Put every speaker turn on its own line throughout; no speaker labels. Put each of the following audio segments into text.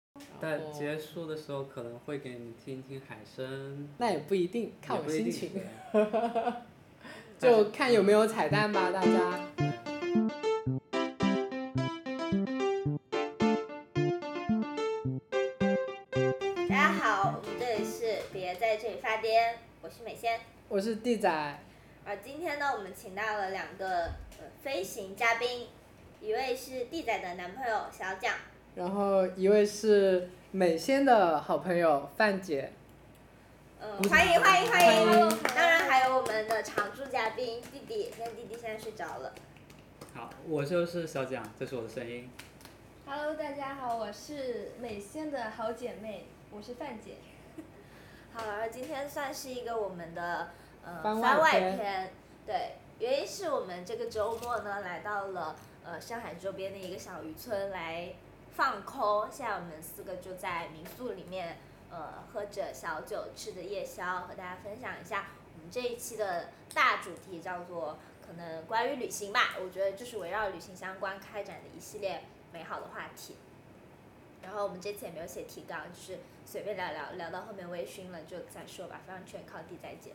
哦
但结束的时候可能会给你听一听海声，
那也不一定，看
也
我
不一
心
定
情，
对
就看有没有彩蛋吧，大家。
大家好，我们这里是别在这里发癫，我是美仙。
我是地仔，
而今天呢，我们请到了两个呃飞行嘉宾，一位是地仔的男朋友小蒋，
然后一位是美仙的好朋友范姐，
嗯，
不是
欢迎欢迎欢
欢
迎
迎！
当然还有我们的常驻嘉宾弟弟，因为弟弟现在睡着了。
好，我就是小蒋，这是我的声音。
Hello，大家好，我是美仙的好姐妹，我是范姐。
好，然后今天算是一个我们的呃
番外
番外
篇
篇，对，原因是我们这个周末呢来到了呃上海周边的一个小渔村来放空，现在我们四个就在民宿里面呃喝着小酒，吃着夜宵，和大家分享一下我们这一期的大主题叫做可能关于旅行吧，我觉得就是围绕旅行相关开展的一系列美好的话题。然后我们这次也没有写提纲，就是随便聊聊，聊到后面微醺了就再说吧，反正全靠地再见。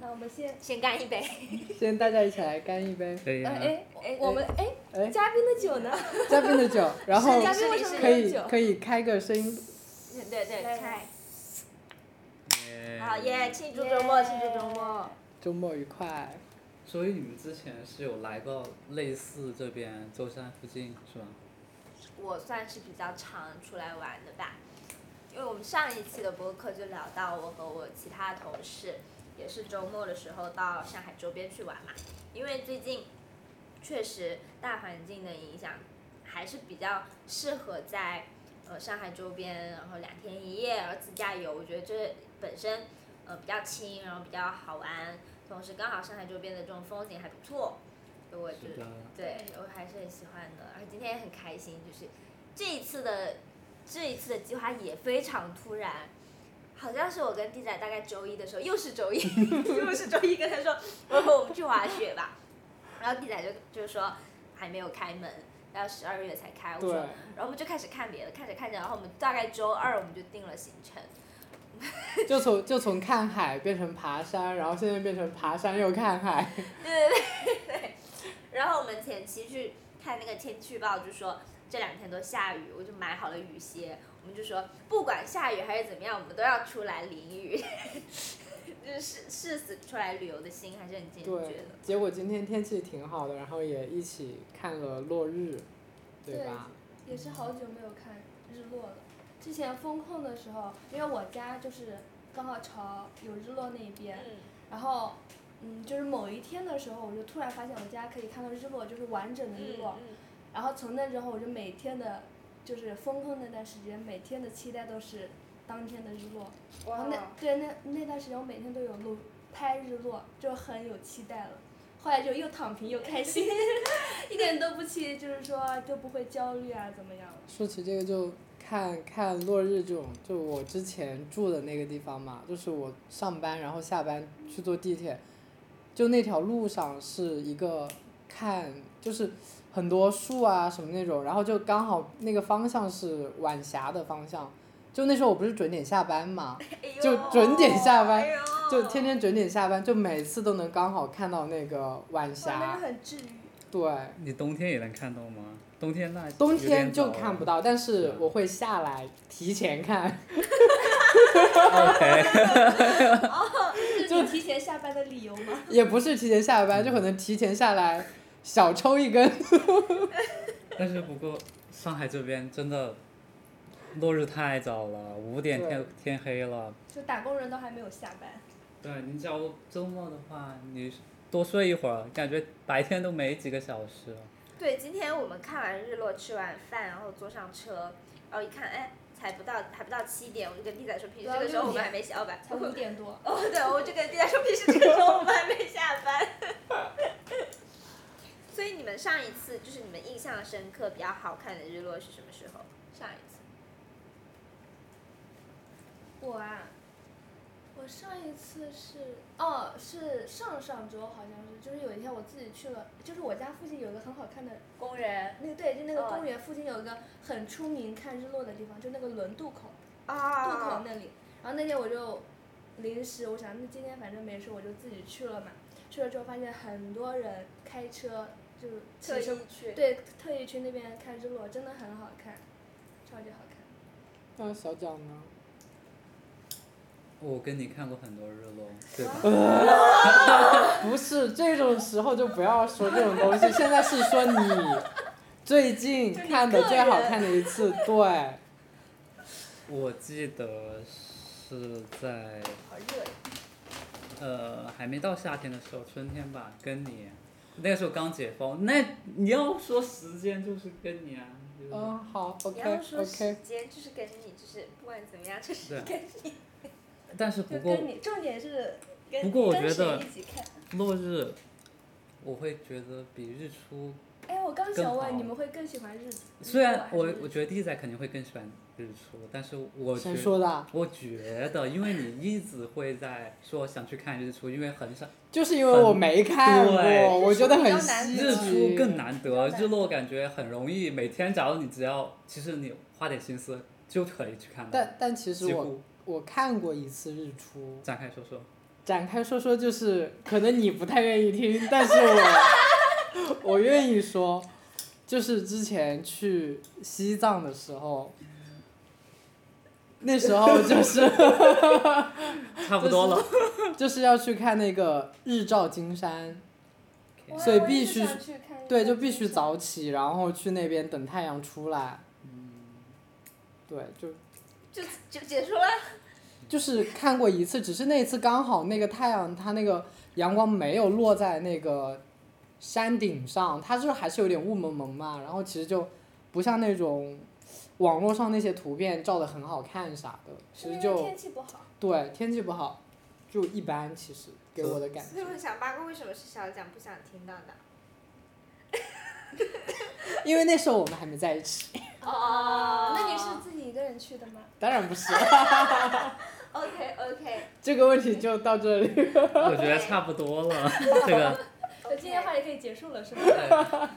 那我们先，
先干一杯，
先大家一起来干一杯，
可以
呃，
啊，
哎哎，我们哎，
哎，
嘉宾的酒呢？
嘉宾的酒，然后
嘉宾为什么
可
没有
以
酒？
可以开个声音，
对对，
来
开，
哎
耶
好耶！庆祝周末，
耶
庆祝周末。
周末愉快。
所以你们之前是有来过类似这边舟山附近是吧？
我算是比较常出来玩的吧，因为我们上一期的播客就聊到我和我其他同事也是周末的时候到上海周边去玩嘛，因为最近确实大环境的影响还是比较适合在呃上海周边，然后两天一夜，然后自驾游，我觉得这本身呃比较轻，然后比较好玩，同时刚好上海周边的这种风景还不错，所以我觉
是
得
的。
对，我还是很喜欢的，而且今天也很开心，就是这一次的这一次的计划也非常突然，好像是我跟弟仔大概周一的时候，又是周一， 又是周一跟他说，我说我们去滑雪吧，然后弟仔就就说还没有开门，要十二月才开，我
对
说，然后我们就开始看别的，看着看着，然后我们大概周二我们就定了行程，
就从就从看海变成爬山，然后现在变成爬山又看海，
对对对对。然后我们前期去看那个天气预报，就说这两天都下雨，我就买好了雨鞋。我们就说不管下雨还是怎么样，我们都要出来淋雨， 就是誓誓死出来旅游的心还是很坚决
对
的。。
结果今天天气挺好的，然后也一起看了落日，对
对
吧？
也是好久没有看日落了。之前风控的时候，因为我家就是刚好朝有日落那一边，
嗯，
然后，嗯，就是某一天的时候，我就突然发现我家可以看到日落，就是完整的
嗯
日落。然后从那之后，我就每天的，就是风控那段时间，每天的期待都是当天的日落。然后那对那那段时间，我每天都有录拍日落，就很有期待了。后来就又躺平又开心， 一点都不期，就是说就不会焦虑啊，怎么样了？
说起这个就看看落日这种，就我之前住的那个地方嘛，就是我上班然后下班去坐地铁，就那条路上是一个看就是很多树啊什么那种，然后就刚好那个方向是晚霞的方向，就那时候我不是准点下班 嘛，
哎呦
就准点下班
哎呦
就天天准点下班，就每次都能刚好看到那个晚
哇，那
霞
个，很治愈。
对。
你冬天也能看到吗？冬天那
冬
有点
天就
早
看不
了。
到，但是
是啊
我会下来提前看，
OK，
就是你提前下班的理由吗？
也不是提前下
嗯
班，就可能提前下来小抽一根。
但是不过上海这边真的落日太早了，五点天
对
天黑了。
就打工人都还没有下班。
对你假如周末的话，你多睡一会儿，感觉白天都没几个小时了。
对，今天我们看完日落，吃完饭，然后坐上车，然后一看，哎，才不到还不到七点，我就跟弟仔说，平时这个时候我们还没下 班，
才五点 多，
哦，对，我就跟大家说，平时这个时候我们还没下班。所以你们上一次就是你们印象深刻、比较好看的日落是什么时候？上一次
我啊，我上一次是哦，是上上周好像是，就是有一天我自己去了，就是我家附近有一个很好看的
工人
那个对，就那个
哦
公园附近有一个很出名看日落的地方，就那个轮渡口，渡口
啊，
那里。然后那天我就临时，我想那今天反正没事，我就自己去了嘛。去了之后发现很多人开车，就是
特
骑车
意去，
对特意去那边看日落，真的很好看，超级好看。
那小蒋呢？
我跟你看过很多日落，对吧？
不是这种时候就不要说这种 东西，现在是说你最近看的最好看的一次， 对，
我记得是在
好热呀，
呃还没到夏天的时候，春天吧，跟你那个时候刚解封。那你要说时间就是跟你啊，就是
哦
嗯，好
你要
，OK
说时
OK，
间就是跟你，就是不管怎么样，就是
对
跟你
但是不
就
过
跟你重点是
不
跟
过我
跟
觉
谁
得
一起看。
落日，我会觉得比日出，
哎，我刚想
更好
问你们会更喜欢日日
虽
落
然
还是
我
日
我觉得弟仔肯定会更喜欢日出，但是我觉
谁说的啊？
我觉得，因为你一直会在说想去看日出，因为很少
就是因为我没看过，
对
我觉得很稀
日
奇。
出更难得，
对
日落感觉很容易。每天，假如你只要，其实你花点心思就可以去看到。
但但其实
几
我
乎
我看过一次日出，
展开说说，
展开说说就是，可能你不太愿意听， 但是我我 愿意说，就是之前去西藏的时候，那时候就是
差不多了。
就是要去看那个日照金山，
我
OK
所以
我一
必
直
须
想去看
对，
日
就
落
必
精
须
神
早起，然后去那边等太阳出来，对，就
就就结束了。
就是看过一次，只是那一次刚好那个太阳它那个阳光没有落在那个山顶上，它就是还是有点雾蒙蒙嘛，然后其实就不像那种网络上那些图片照的很好看啥的，
是
其
因
实
为
就
天气不好。
对天气不好，就一般，其实给我的感
所以
觉，
我想八卦为什么是小蒋不想听到的？
因为那时候我们还没在一起，
哦
那你是自己一个人去的吗？
当然不是，
OK OK，
这个问题就到这里，
我觉得差不多了，这个。
那今天话题可以结束了是吗？
哎，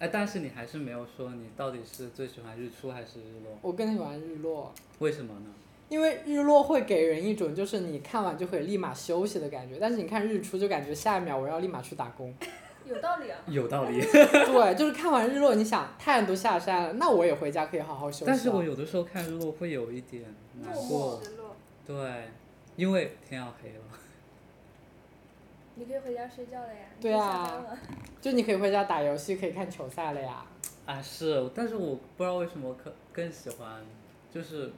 哎但是你还是没有说你到底是最喜欢日出还是日落？
我更喜欢日落。
为什么呢？
因为日落会给人一种就是你看完就可以立马休息的感觉，但是你看日出就感觉下一秒我要立马去打工。
有道理啊。
有道理，
对，就是看完日落，你想太阳都下山了，那我也回家可以好好休息了。
但是我有的时候看日落会有一点难
落
过
寞，
失落。
对，因为天要黑了。
你可以回家睡觉了呀。
对啊
你就下班了。
就你可以回家打游戏，可以看球赛了呀。
啊，是，但是我不知道为什么可更喜欢，就是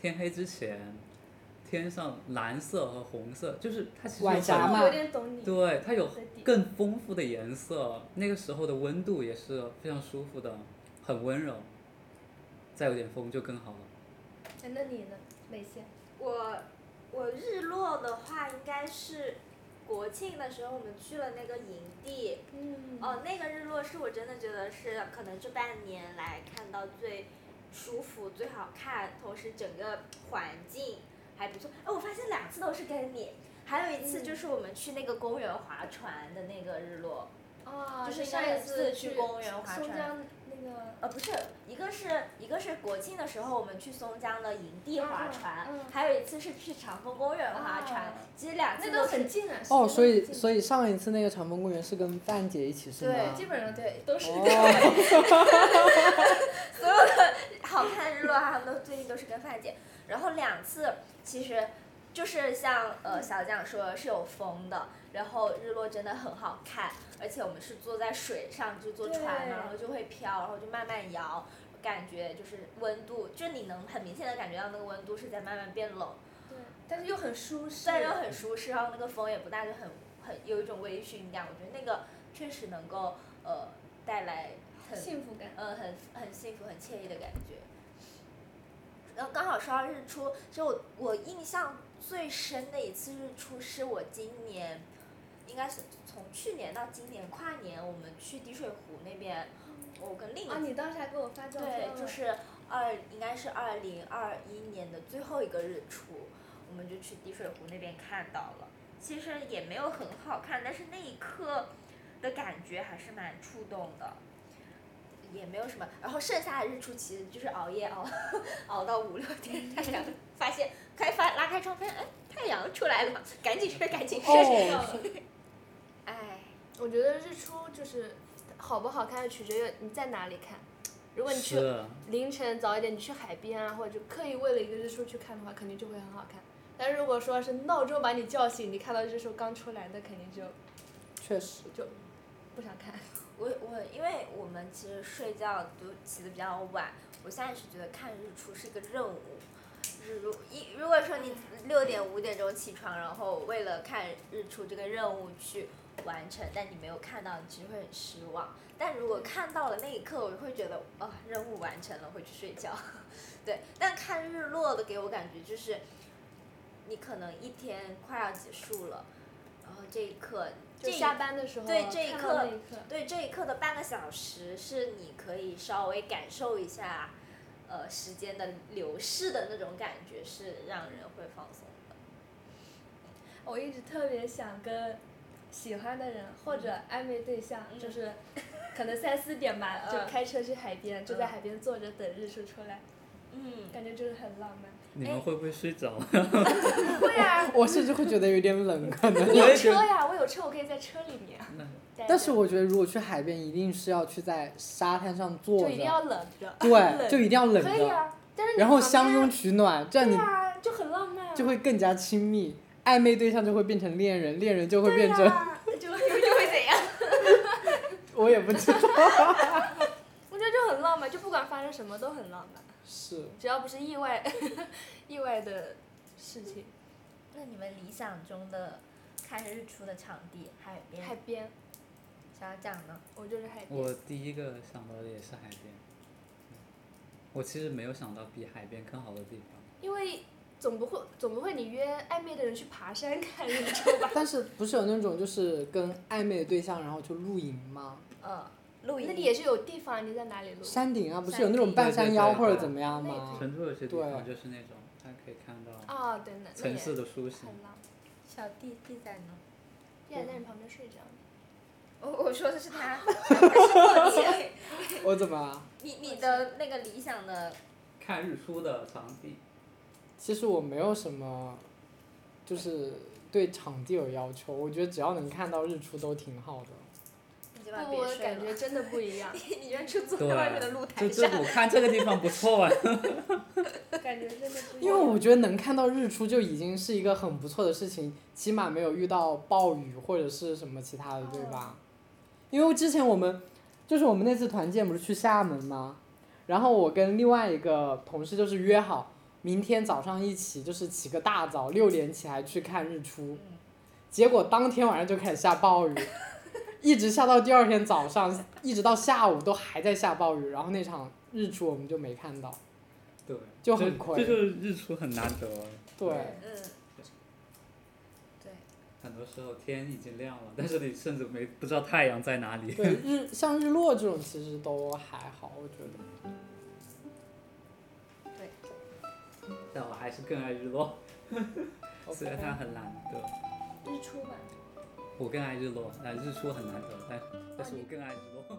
天黑之前，天上蓝色和红色，就是它其实有
晚霞
很
嘛
我有点懂你的
对，它有
点。
更丰富的颜色，那个时候的温度也是非常舒服的，很温柔，再有点风就更好了。
哎，那你呢，磊鑫？
我我日落的话，应该是国庆的时候，我们去了那个营地。
嗯
哦，那个日落是我真的觉得是可能这半年来看到最舒服、最好看，同时整个环境还不错。哎，我发现两次都是跟你，还有一次
嗯
就是我们去那个公园划船的那个日落。
啊，
就是
你
哦上
那
一次去
去
公园划
松
船
江那个。
呃，不是，一个是一个是国庆的时候我们去松江的营地划
嗯
船，
嗯
还有一次是去长风公园划船，
哦
其实两次
那
都
都
是
很近啊。
哦，所以
以
所以上一次那个长风公园是跟范姐一起是吗？
对
基本上对都是。
哦，
所有的好看日落啊，他们都最近都是跟范姐，然后两次其实就是像呃小蒋说是有风的，然后日落真的很好看，而且我们是坐在水上就坐船嘛，
对
然后就会飘，然后就慢慢摇，感觉就是温度，就是你能很明显的感觉到那个温度是在慢慢变冷，
对，但是又很舒适。
但又很舒适，然后那个风也不大，就很很有一种微醺感，我觉得那个确实能够呃带来很
幸福感。
呃，很很幸福、很惬意的感觉。然后刚好说到日出，其实我我印象最深的一次日出是我今年，应该是从去年到今年跨年，我们去滴水湖那边，我跟另一
啊，你当时还给我发照片
对，
了。
就是二应该是二零二一年的最后一个日出，我们就去滴水湖那边看到了。其实也没有很好看，但是那一刻的感觉还是蛮触动的。也没有什么，然后剩下的日出其实就是熬夜熬， 熬到五六点，太阳发现开发拉开窗帘，哎，太阳出来了，赶紧睡，赶紧 睡。
哦，
哎，
我觉得日出就是好不好看，取决于你在哪里看。如果你去
是，
凌晨早一点，你去海边啊，或者就刻意为了一个日出去看的话，肯定就会很好看。但如果说是闹钟把你叫醒，你看到日出刚出来，那肯定就
确实，
不想看。
我我因为我们其实睡觉都起的比较晚，我现在是觉得看日出是一个任务。日如一如果说你六点五点钟起床，然后为了看日出这个任务去完成，但你没有看到，你其实会很失望。但如
嗯
果看到了那一刻，我会觉得哦，任务完成了，回去睡觉。 对，但看日落的给我感觉就是，你可能一天快要结束了，然后这一刻，这
就
一
下班的时候，
对这一
看
刻
到那一刻，
对这一刻的半个小时，是你可以稍微感受一下，呃，时间的流逝的那种感觉，是让人会放松的。
我一直特别想跟喜欢的人或者暧昧对象，
嗯
就是可能三四点吧，
嗯
就开车去海边，就在
嗯
海边坐着等日出出来，
嗯，
感觉就是很浪漫。
你们会不会睡着？
会 啊，
我甚至会觉得有点冷，可能。
你有
也
车
觉得
呀，我有车，我可以在车里面。待
嗯但
着
是我觉得，如果去海边，一定是要去在沙滩上坐
就
着，
一定要冷着。
对，就一定要冷
可以
着，
啊，但是你
然后
旁
相
边
拥取暖，这样
对
你
啊，就很浪漫啊。
就会更加亲密，暧昧对象就会变成恋人，恋人就会变成、
对啊就
就会 怎样？
我也不知道，
我觉得就很浪漫，就不管发生什么都很浪漫，
是？
只要不是意外 意外的事情。
那你们理想中的看日出的场地，海边，
海边，
想要讲呢？
我就是海边。
我第一个想到的也是海边，嗯我其实没有想到比海边更好的地方。
因为总不会总不会你约暧昧的人去爬山看日 出吧
但是不是有那种就是跟暧昧的对象，然后就露营吗？
呃，露
那
营
里也是有地方，你在哪里录？
山顶啊，不是
山
有那种
顶
半
对
山
对
腰
对
或者
对
怎么样
那也
吗
可？
成都有些地方
嗯对
就是那种，它可以看到
啊，对，那那
城
也
市的舒适。
很浪漫。
小弟弟在呢。
一人在你旁边睡着，
我我说的是 他，他是 你
我怎么啊了？
你你的那个理想的，
看日出的场地，
其实我没有什么，就是对场地有要求，我觉得只要能看到日出都挺好的。
你今晚
不，
别
我
睡
的
了
感觉真的不一样，
你你居然就坐在
对
外面的露台
就这
上，
我看这个地方不错啊。
感觉真的不一样。
因为我觉得能看到日出就已经是一个很不错的事情，起码没有遇到暴雨或者是什么其他的，对吧？因为之前我们就是我们那次团建不是去厦门吗？然后我跟另外一个同事就是约好，明天早上一起就是起个大早，六点起来去看日出。
嗯
结果当天晚上就开始下暴雨， 一直下到第二天早上，一直到下午都还在下暴雨。然后那场日出我们就没看到。
对，
就
这
很亏
这就是日出很难得，
对，
嗯，对。
很多时候天已经亮了，但是你甚至没不知道太阳在哪里。
对，日像日落这种其实都还好，我觉得。
但我还是更爱日落，虽然它
OK，
很难得。
日出吧。
我更爱日落，但日出很难得，但但是我更爱日落。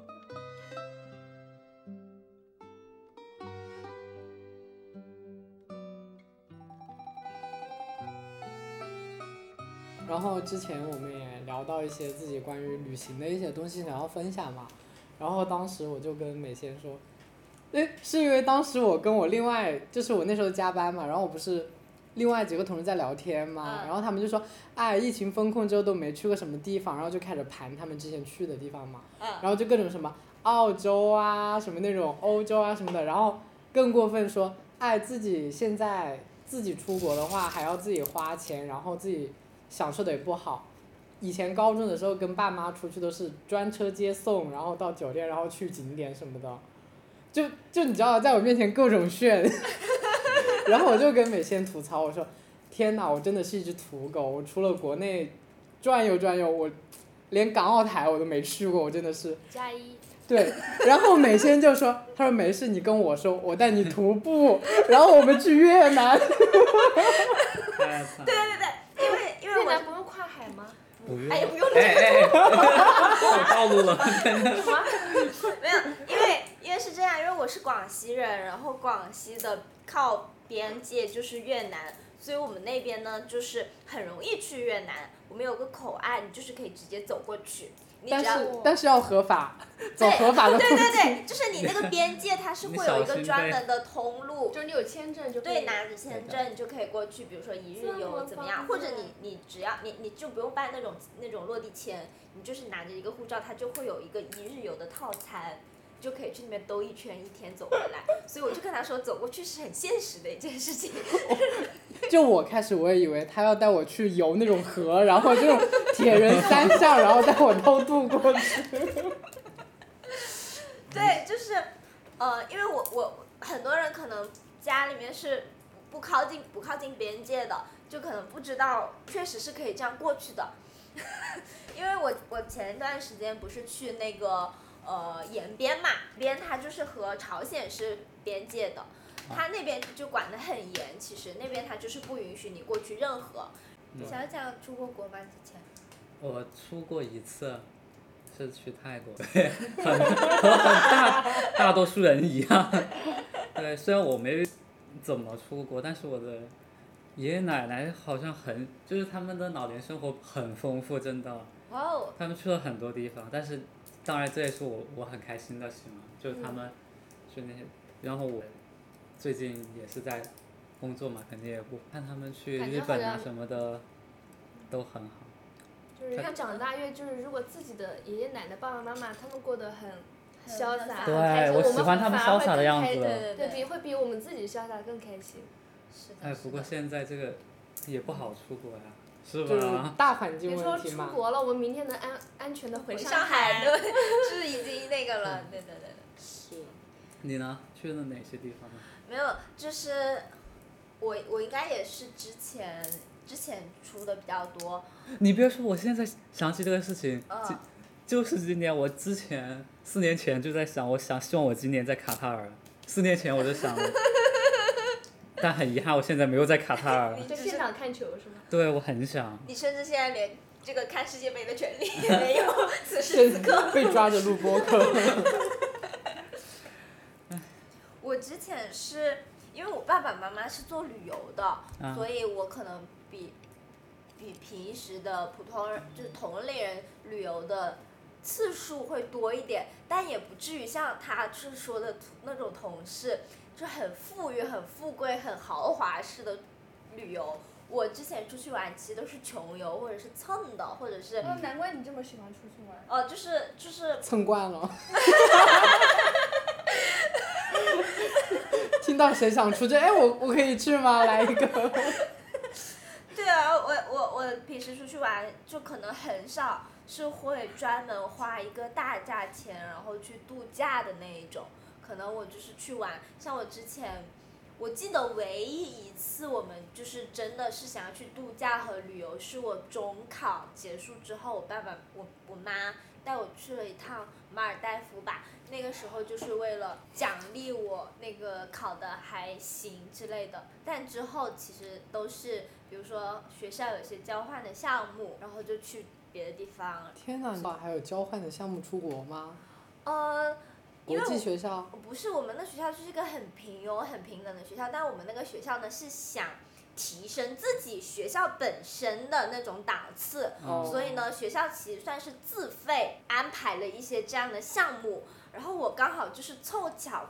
然后之前我们也聊到一些自己关于旅行的一些东西想要分享嘛，然后当时我就跟美仙说，诶，是因为当时我跟我另外就是我那时候加班嘛，然后我不是另外几个同事在聊天嘛，
嗯
然后他们就说，哎，疫情封控之后都没去过什么地方，然后就开始盘他们之前去的地方嘛，
嗯
然后就各种什么澳洲啊，什么那种欧洲啊什么的，然后更过分说，哎，自己现在自己出国的话还要自己花钱，然后自己享受的也不好。以前高中的时候跟爸妈出去都是专车接送，然后到酒店，然后去景点什么的，就就你知道，在我面前各种炫， 然后我就跟美仙吐槽，我说：“天哪，我真的是一只土狗，我除了国内转悠转悠，我连港澳台我都没去过，我真的是。”
加一。
对，然后美仙就说：“他说没事，你跟我说，我带你徒步，然后我们去越南。
哎害怕。
对对对，因为因为
越南
我
不用跨海吗？
不用。
哎也不用
哎哎，哎我暴露了。
有吗？
没有，因为因为是这样，因为我是广西人，然后广西的靠边界就是越南，所以我们那边呢就是很容易去越南。我们有个口岸，你就是可以直接走过去，你
但
只要
是但是要合法，走
对
合法的路
对对
径。
对，就是你那个边界它是
你
会有一
小
个
心
专
呗
门的通路，
就是你有签证就可
对，
以。
拿着签证你就可以过去，比如说一日
这么
游怎么样，或者
方便
你你只要你你就不用办那种那种落地签，你就是拿着一个护照，它就会有一个一日游的套餐，就可以去那边兜一圈，一天走回来。所以我就跟他说，走过去是很现实的一件事情。
就我开始我也以为他要带我去游那种河，然后这种铁人三项，然后带我偷渡过去。
对，就是呃，因为我我很多人可能家里面是不靠近不靠近边界的，就可能不知道确实是可以这样过去的。 因为我我前一段时间不是去那个呃延边嘛，边它就是和朝鲜是边界的，
啊
它那边就管得很严，其实那边它就是不允许你过去任何。
嗯
想想出过国吗？之前？
我出过一次，是去泰国，对，很和很大大多数人一样。对，虽然我没怎么出国，但是我的爷爷奶奶好像很，就是他们的老年生活很丰富，真的，
哇哦，
他们去了很多地方。但是，当然这也是我我很开心的事嘛，就是他们去那些，然后我最近也是在工作嘛，肯定也不看他们去
感觉
日本
好
啊
像
什么的，都很好。
就是他长大越就是，如果自己的爷爷奶奶、爸爸妈妈他们过得很
很
潇
潇
洒，
洒
很
对，
开心
我
们
喜欢他们
反而
潇
会
洒的
更
样
开
子。
对
对比会比我们自己潇洒更开心。
是的。
哎，
是
不过
的
现在这个也不好出国呀，是
就是
吧？
大环境
别说
问题
出
嘛。
国了，我们明天能安安全的回
回
上
上
海
海，。 对，就是已经那个了，对对对对，
是
你呢？去了哪些地方呢？
没有，就是我我应该也是之前之前出的比较多，
你别说，我现在想起这个事情，
嗯，
就就是今年，我之前四年前就在想，我想希望我今年在卡塔尔，四年前我就想了， 但很遗憾，我现在没有在卡塔尔。
就现场看球是吗？
对，我很想，
你甚至现在连这个看世界杯的权利也没有，此时此
被
刻。
被抓着录播课，
我之前是因为我爸爸妈妈是做旅游的，
啊
所以我可能比比平时的普通人，就是同类人旅游的次数会多一点，但也不至于像他就是说的那种同事，就很富裕、很富贵、很豪华式的旅游。我之前出去玩其实都是穷游，或者是蹭的，或者是
哦，难怪你这么喜欢出去玩。
呃，就是就是
蹭惯了。 听到谁想出去？哎，我我可以去吗？来一个。
对啊，我我我平时出去玩就可能很少是会专门花一个大价钱然后去度假的那一种，可能我就是去玩，像我之前。我记得唯一一次我们就是真的是想要去度假和旅游，是我中考结束之后，我爸爸我我妈带我去了一趟马尔代夫吧。那个时候就是为了奖励我那个考的还行之类的，但之后其实都是比如说学校有些交换的项目，然后就去别的地方。
天哪，你还有交换的项目出国吗？
呃，
国
因为
际
我
学校
不是，我们的学校就是一个很平庸、很平等的学校，但我们那个学校呢是想提升自己学校本身的那种档次，
嗯
哦
所以呢，学校其实算是自费安排了一些这样的项目，然后我刚好就是凑巧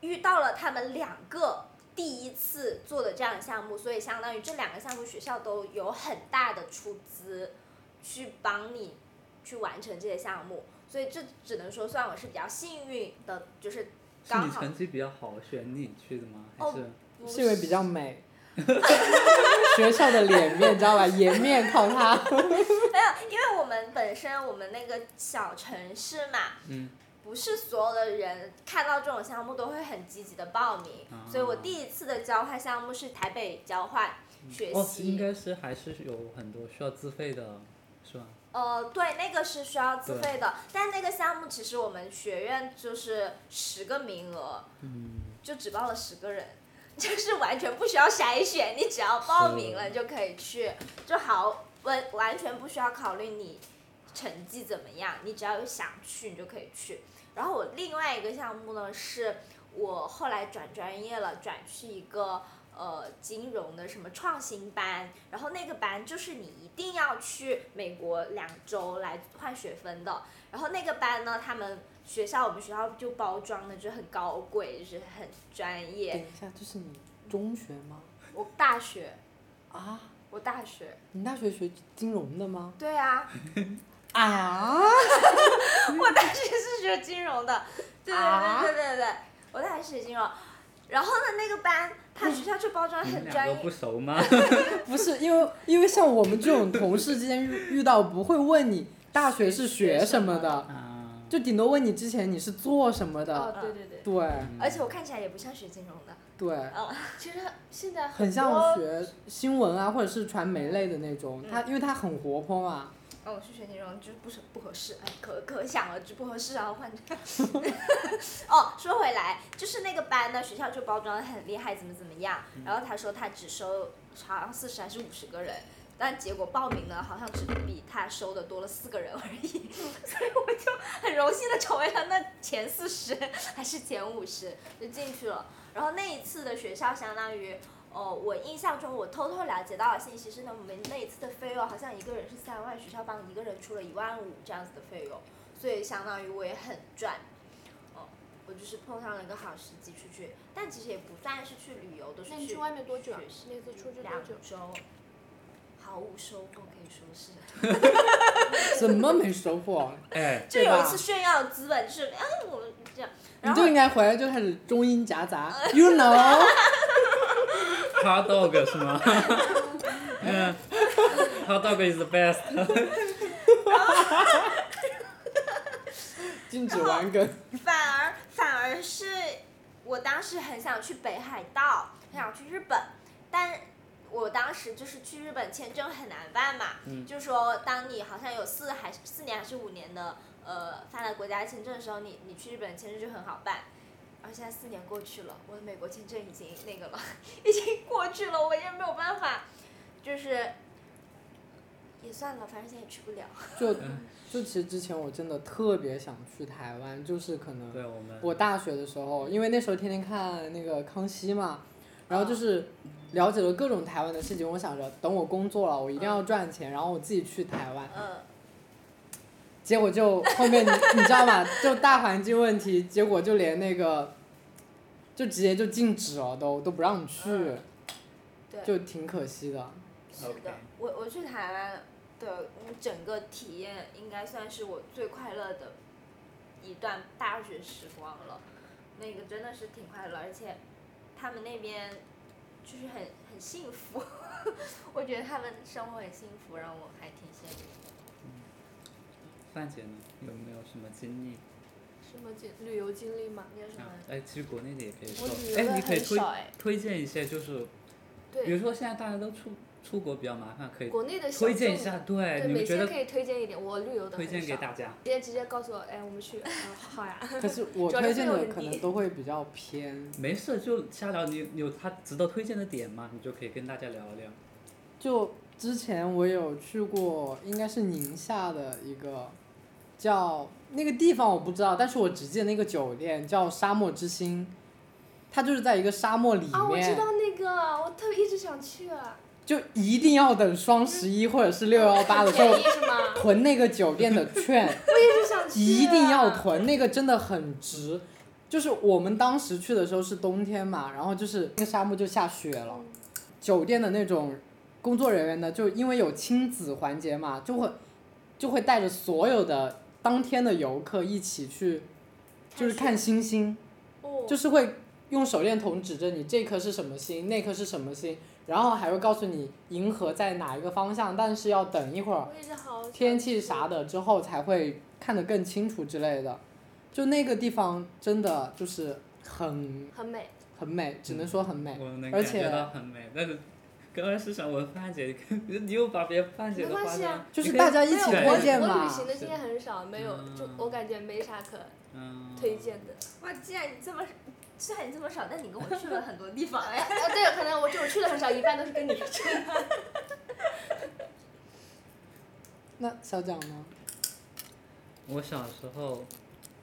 遇到了他们两个第一次做的这样的项目，所以相当于这两个项目学校都有很大的出资去帮你去完成这些项目，所以这只能说算我是比较幸运的，就是
是
刚
你
好
成绩比较好选你去的吗？还
哦
是
不
是因为比较美。 学校的脸面，你知道吧？颜面靠 它。
没有，因为我们本身我们那个小城市嘛，
嗯，
不是所有的人看到这种项目都会很积极的报名，
啊
所以我第一次的交换项目是台北交换学
哦，应
习，
该是还是有很多需要自费的，是吧？
呃，对，那个是需要自费的，但那个项目其实我们学院就是十个名额，
嗯，
就只报了十个人， 就是完全不需要筛选，你只要报名了就可以去，就好完完全不需要考虑你成绩怎么样，你只要有想去你就可以去。然后我另外一个项目呢，是我后来转专业了，转去一个呃金融的什么创新班，然后那个班就是你一定要去美国两周来换学分的。然后那个班呢，他们学校我们学校就包装的就很高贵，就是很专业。
等一下，这是你中学吗？
我大学，
啊，
我大学，
你大学学金融的吗？
对 啊，
啊，
我大学是学金融的，对
啊
对对对对对，我大学是学金融。然后呢，那个班他学校就包装得
嗯你们
很
两
专
个
业
不，熟 吗？
不是因为因为像我们这种同事之间遇遇到不会问你大学是学什么 的，
啊，
就顶多问你之前你是做什么的。
哦，对对对，
对
而且我看起来也不像学金融的，
对，
其实现在
很像
多
学新闻啊或者是传媒类的那种，
嗯
他因为他很活泼嘛。
哦，我去学金融就是不是不合适，哎，可可想而知不合适啊，换。 哦，说回来，就是那个班呢，学校就包装的很厉害，怎么怎么样，然后他说他只收好像四十还是五十个人。但结果报名呢，好像只比他收的多了四个人而已， 所以我就很荣幸的成为了那前四十还是前五十就进去了。然后那一次的学校相当于，哦，我印象中我偷偷了解到的信息是呢，我们那一次的费用好像一个人是三万，学校帮一个人出了一万五这样子的费用，所以相当于我也很赚。哦，我就是碰上了一个好时机出去，但其实也不算是去旅游，都是
那你去外面多久啊
学习
那次出去多
两
久
周，毫无收获可以说是。
怎么没收获？
哎，
就
对吧
有一次炫耀的资本，就是哎，我们这样，
你
然
就
后
应该回来就开始中英夹杂，you know，
他 dog 是 吗？嗯，他 dog is the best。
禁止玩梗。
反而反而是我当时很想去北海道，很想去日本，但我当时就是去日本签证很难办嘛，
嗯
就说当你好像有四还是四年还是五年的呃发达国家签证的时候，你你去日本签证就很好办。然后现在四年过去了，我的美国签证已经那个了， 已经过去了，我也没有办法，就是也算了，反正现在也去不了。
就就其实之前我真的特别想去台湾，就是可能
对我们，
我大学的时候，因为那时候天天看那个《康熙》嘛，然后就是
啊
了解了各种台湾的事情。我想着等我工作了，我一定要赚钱，然后我自己去台湾。
嗯，
结果就后面你你知道吗？就大环境问题，结果就连那个就直接就禁止了，都都不让你去
嗯，对。
就挺可惜的。
是的
OK，
我我去台湾的嗯整个体验应该算是我最快乐的一段大学时光了，那个真的是挺快乐，而且他们那边就是很很幸福， 我觉得他们生活很幸福，让我还挺羡慕的。
范姐呢，有没有什么经历？
什么经旅游经历嘛？
你有什么
啊？，哎，其实国内的也可以说
我旅，游
哎，
的
你可以
很
推
少哎，
推荐一些，就是比
对，
如说现在大家都出出国比较麻烦，可以
国内的小
推荐一
众
下，
的，
对，你
对，每
们觉
天
得
可以推荐一点，我旅游的
推
很
荐给
少。
大家？
直接直接告诉我，哎，我们去，嗯，好呀。
可是我
主要
推
是
荐
费用
的
很
可能
低
都会比较偏，
没事，就瞎聊，你有他值得推荐的点吗？你就可以跟大家聊一聊。
就之前我有去过，应该是宁夏的一个叫那个地方我不知道，但是我只记得那个酒店叫沙漠之星，它就是在一个沙漠里面。
啊，我知道那个，我特别一直想去、啊，
就一定要等双十一或者是六幺八的时候
便宜是吗？
囤那个酒店的券，
我一直想去、啊。
一定要囤，那个真的很值。就是我们当时去的时候是冬天嘛，然后就是那个沙漠就下雪了，
嗯
酒店的那种工作人员呢，就因为有亲子环节嘛，就会就会带着所有的当天的游客一起去，就是看星星。
哦，
就是会用手电筒指着你这颗是什么星，那颗是什么星，然后还会告诉你银河在哪一个方向，但是要等一会儿
我一直好想去
天气啥的之后才会看得更清楚之类的。就那个地方真的就是很
很美，
很美，只能说很美。
嗯
我能
而
感觉
且
到很美，但是跟二十上我范姐，你又把别范姐的
没
话
关系啊
就是
你可以
大家一
没
起
有
对
推荐
我我
嘛
旅，行的经验很少，没有，就
嗯
我感觉没啥可
嗯
推荐的。
哇，既然你这么虽然你这么少，但你跟我去了很多地方哎。
啊，对，可能我这种去了很少，一半都是跟你去。
那小蒋呢？
我小时候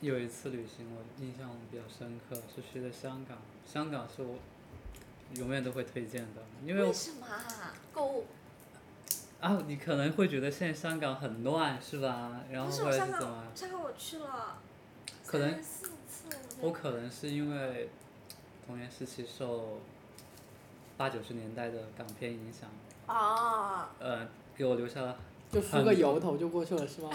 有一次旅行，我印象比较深刻，是去的香港。香港是我永远都会推荐的，因为我
什么啊？购物
啊，你可能会觉得现在香港很乱，是吧？然后
不是
或
我
者
香
是怎么
港？，香港我去了
可能
三四次。
我可能是因为童年时期受八九十年代的港片影响，
哦，
呃，给我留下了
就梳个油头就过去了是吗？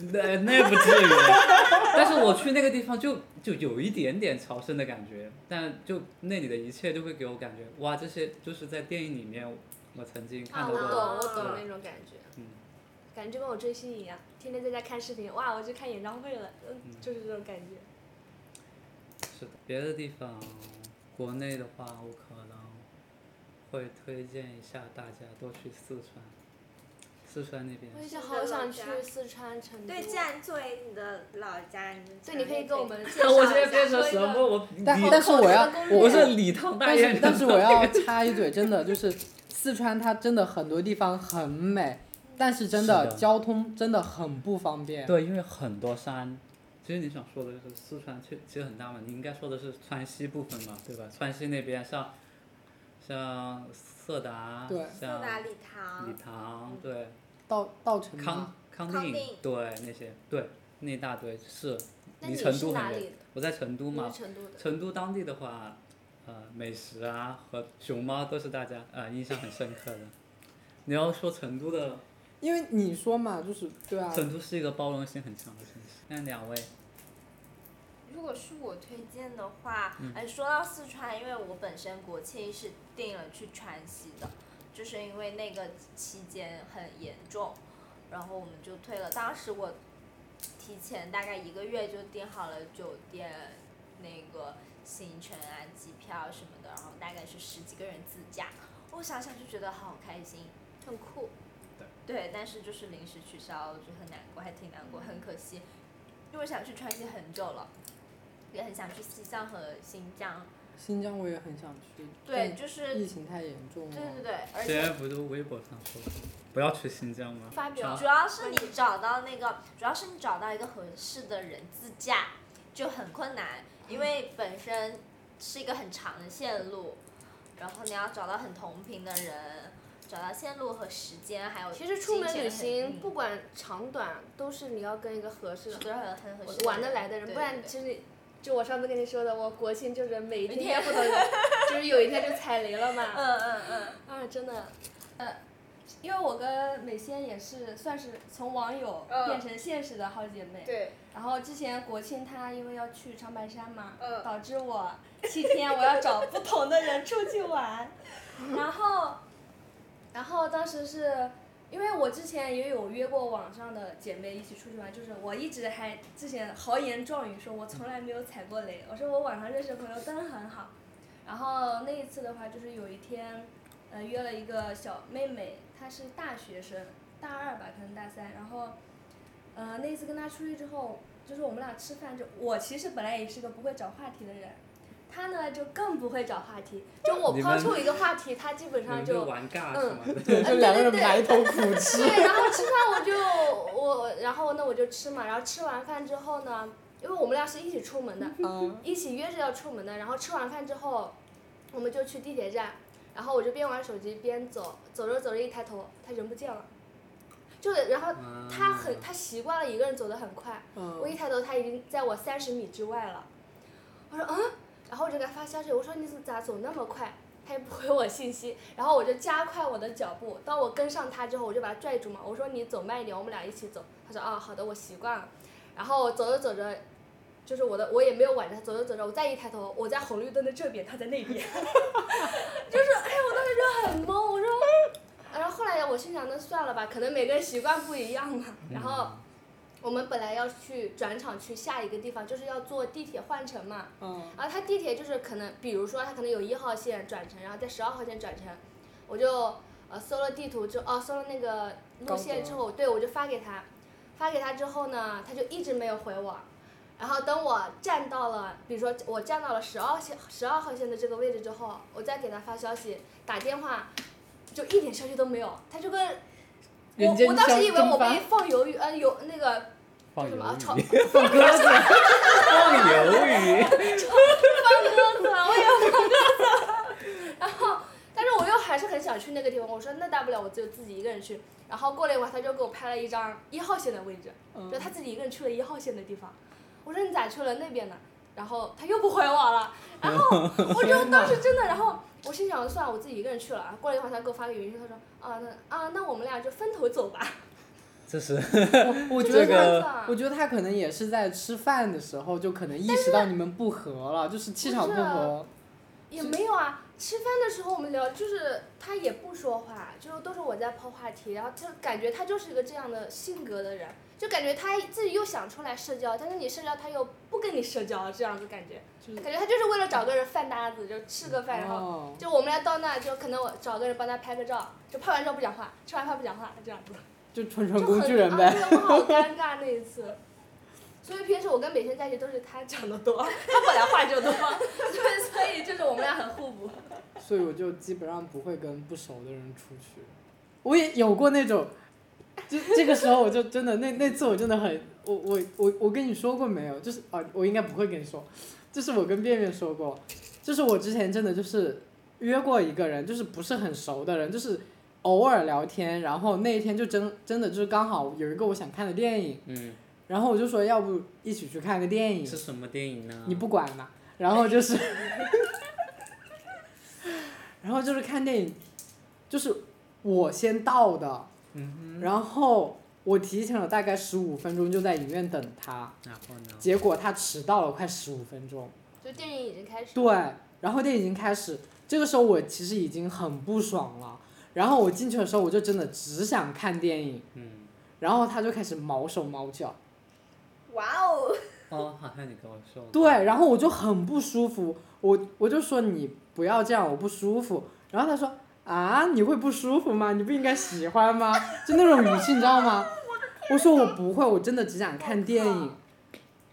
那那不至于， 但是我去那个地方就就有一点点朝圣的感觉，但就那里的一切就会给我感觉，哇，这些就是在电影里面我曾经看
啊，
到
我
过
懂，
的，
我懂那种感觉。
嗯。
感觉就跟我追星一样，天天在家看视频，哇，我去看演唱会了，嗯，就是这种感觉。
是的。别的地方，国内的话，我可能会推荐一下大家多去四川，四川那
嗯
边
我一直好想去四川成都。
对，既然作为你的老家，你
对，你可以跟我们介绍 一下。
我现在变成什么？我
但
礼
但是我要
口吃的功力
我
我是礼堂大
但
雁
是
人，
但是我要插一嘴，真的就是四川，它真的很多地方很美，但是真的
是的
交通真的很不方便。
对，因为很多山。其实你想说的就是四川，其其实很大嘛。你应该说的是川西部分嘛，对吧？川西那边像，像色达，
对
像
哪里堂
理？塘，对，
稻稻城
康
吗？
康
康
定
定，
对那些，对那一大堆是
那
离
你
成
是
都
哪
很
里
远。我在成都
你
嘛
是，成都的。
成都当地的话，呃，美食啊和熊猫都是大家呃印象很深刻的。 你要说成都的，
因为你说嘛，就是对啊，
成都是一个包容性很强的城市。那两位，
如果是我推荐的话，哎、说到四川，因为我本身国庆是定了去川西的，就是因为那个期间很严重，然后我们就退了。当时我提前大概一个月就订好了酒店、那个行程啊、机票什么的，然后大概是十几个人自驾，我想想就觉得好开心，很酷。对，但是就是临时取消了，我就很难过，还挺难过，很可惜，因为我想去川西很久了，也很想去西藏和新疆。嗯
新疆我也很想去。
对，就是
但
对
疫情太严重了。
对对，而
之
且
前不是微博上说不要去新疆吗？
发表
啊
主要是你找到那个，主要是你找到一个合适的人自驾就很困难，因
嗯
为本身是一个很长的线路，然后你要找到很同频的人，找到线路和时间，还有
其实出
金
门
钱
旅
很
行
嗯
不管长短，都是你要跟一个合适的
是、很很合适
玩得来的人，
对
不
对
然其实就我上次跟你说的，我国庆就是每天见不同 人，就是有一天就踩雷了嘛。
嗯嗯嗯，
啊，真的，呃，因为我跟美仙也是算是从网友
嗯
变成现实的好姐妹。
对，
然后之前国庆她因为要去长白山嘛，
嗯
导致我七天我要找不同的人出去玩，然后，然后当时是。因为我之前也有约过网上的姐妹一起出去玩，就是我一直还之前豪言壮语说，我从来没有踩过雷。我说我网上认识的朋友都很好，然后那一次的话，就是有一天，呃，约了一个小妹妹，她是大学生，大二吧，可能大三。然后，呃，那一次跟她出去之后，就是我们俩吃饭就，我其实本来也是个不会找话题的人，她呢就更不会找话题，就我
你
抛
们
出一个话题，她基本
你
上
们
就嗯
就玩尬什么的。
对，就两个人
对对对
埋头苦吃。
对，然后吃饭我就我，然后那我就吃嘛，然后吃完饭之后呢，因为我们俩是一起出门的，
嗯，
一起约着要出门的，然后吃完饭之后，我们就去地铁站，然后我就边玩手机边走，走着走着一抬头，他人不见了，就是然后
啊
他很他习惯了一个人走得很快，
嗯
我一抬头他已经在我三十米之外了，我说嗯，然后我就给他发消息，我说你怎么咋走那么快？他也不回我信息，然后我就加快我的脚步。当我跟上他之后，我就把他拽住嘛，我说你走慢一点，我们俩一起走。他说啊，好的，我习惯了。然后走着走着，就是我的，我也没有挽着他，走着走着，我再一抬头，我在红绿灯的这边，他在那边， 就是哎，我当时就很懵，我说，然后后来我心想，那算了吧，可能每个人习惯不一样嘛。然后
嗯
我们本来要去转场去下一个地方，就是要坐地铁换乘嘛。
嗯，
然后它地铁就是可能，比如说它可能有一号线转乘，然后在十二号线转乘，我就呃搜了地图之后，哦搜了那个路线之后，对我就发给他，发给他之后呢，他就一直没有回我，然后等我站到了，比如说我站到了十二线十二号线的这个位置之后，我再给他发消息、打电话，就一点消息都没有。他就跟我
人间
我当时以为
蒸
我
发
被放鱿鱼，呃，有那个叫
放
什么啊
鱿
炒
鱼， 放鸽子，放鱿鱼，
放鸽子了，我也放鸽子。然后，但是我又还是很想去那个地方。我说那大不了我就自己一个人去。然后过了一会儿，他就给我拍了一张一号线的位置，
嗯
就 他自己一个人去了一号线的地方。我说你咋去了那边呢？然后他又不回我了。然后我就当时真的，然后我心想算了，我自己一个人去了。啊过了一会儿，他给我发个语音，他说啊那啊那我们俩就分头走吧。
这是
我觉
这
得
个样子
他
啊，
我觉得他可能也是在吃饭的时候就可能意识到你们不和了，就是啊气场不
不是
合。
也没有啊，吃饭的时候我们聊，就是他也不说话，就是都是我在抛话题，然后他感觉他就是一个这样的性格的人，就感觉他自己又想出来社交，但是你社交他又不跟你社交，这样子感觉，
就是
感觉他就是为了找个人饭搭子，就吃个饭，然后
哦，
就我们俩到那就可能我找个人帮他拍个照，就拍完照不讲话，吃完饭不讲话，这样子。
就纯
就
纯
很
工具人
啊
呗。
对我好尴尬那一次。所以平时我跟北天在一起都是他讲的多，他本来话就多， 所以 所以就是我们俩很互补。
所以我就基本上不会跟不熟的人出去。我也有过那种，就这个时候我就真的那那次我真的很，我我我我跟你说过没有？就是啊，我应该不会跟你说，就是我跟便便说过，就是我之前真的就是约过一个人，就是不是很熟的人，就是偶尔聊天，然后那一天就真真的就是刚好有一个我想看的电影，
嗯，
然后我就说要不一起去看个电影，
是什么电影呢？
你不管了，然后就是， 然后就是看电影，就是我先到的，然后我提前了大概十五分钟就在影院等他，
然后呢？
结果他迟到了快十五分钟，
就电影已经开始。
对，然后电影已经开始，这个时候我其实已经很不爽了，然后我进去的时候我就真的只想看电影，
嗯，
然后他就开始毛手毛脚。
哇哦，
哦，好像你跟我说过。
对，然后我就很不舒服，我我就说你不要这样，我不舒服。然后他说啊，你会不舒服吗？你不应该喜欢吗？就那种语气，你知道吗？我说我不会，我真的只想看电影。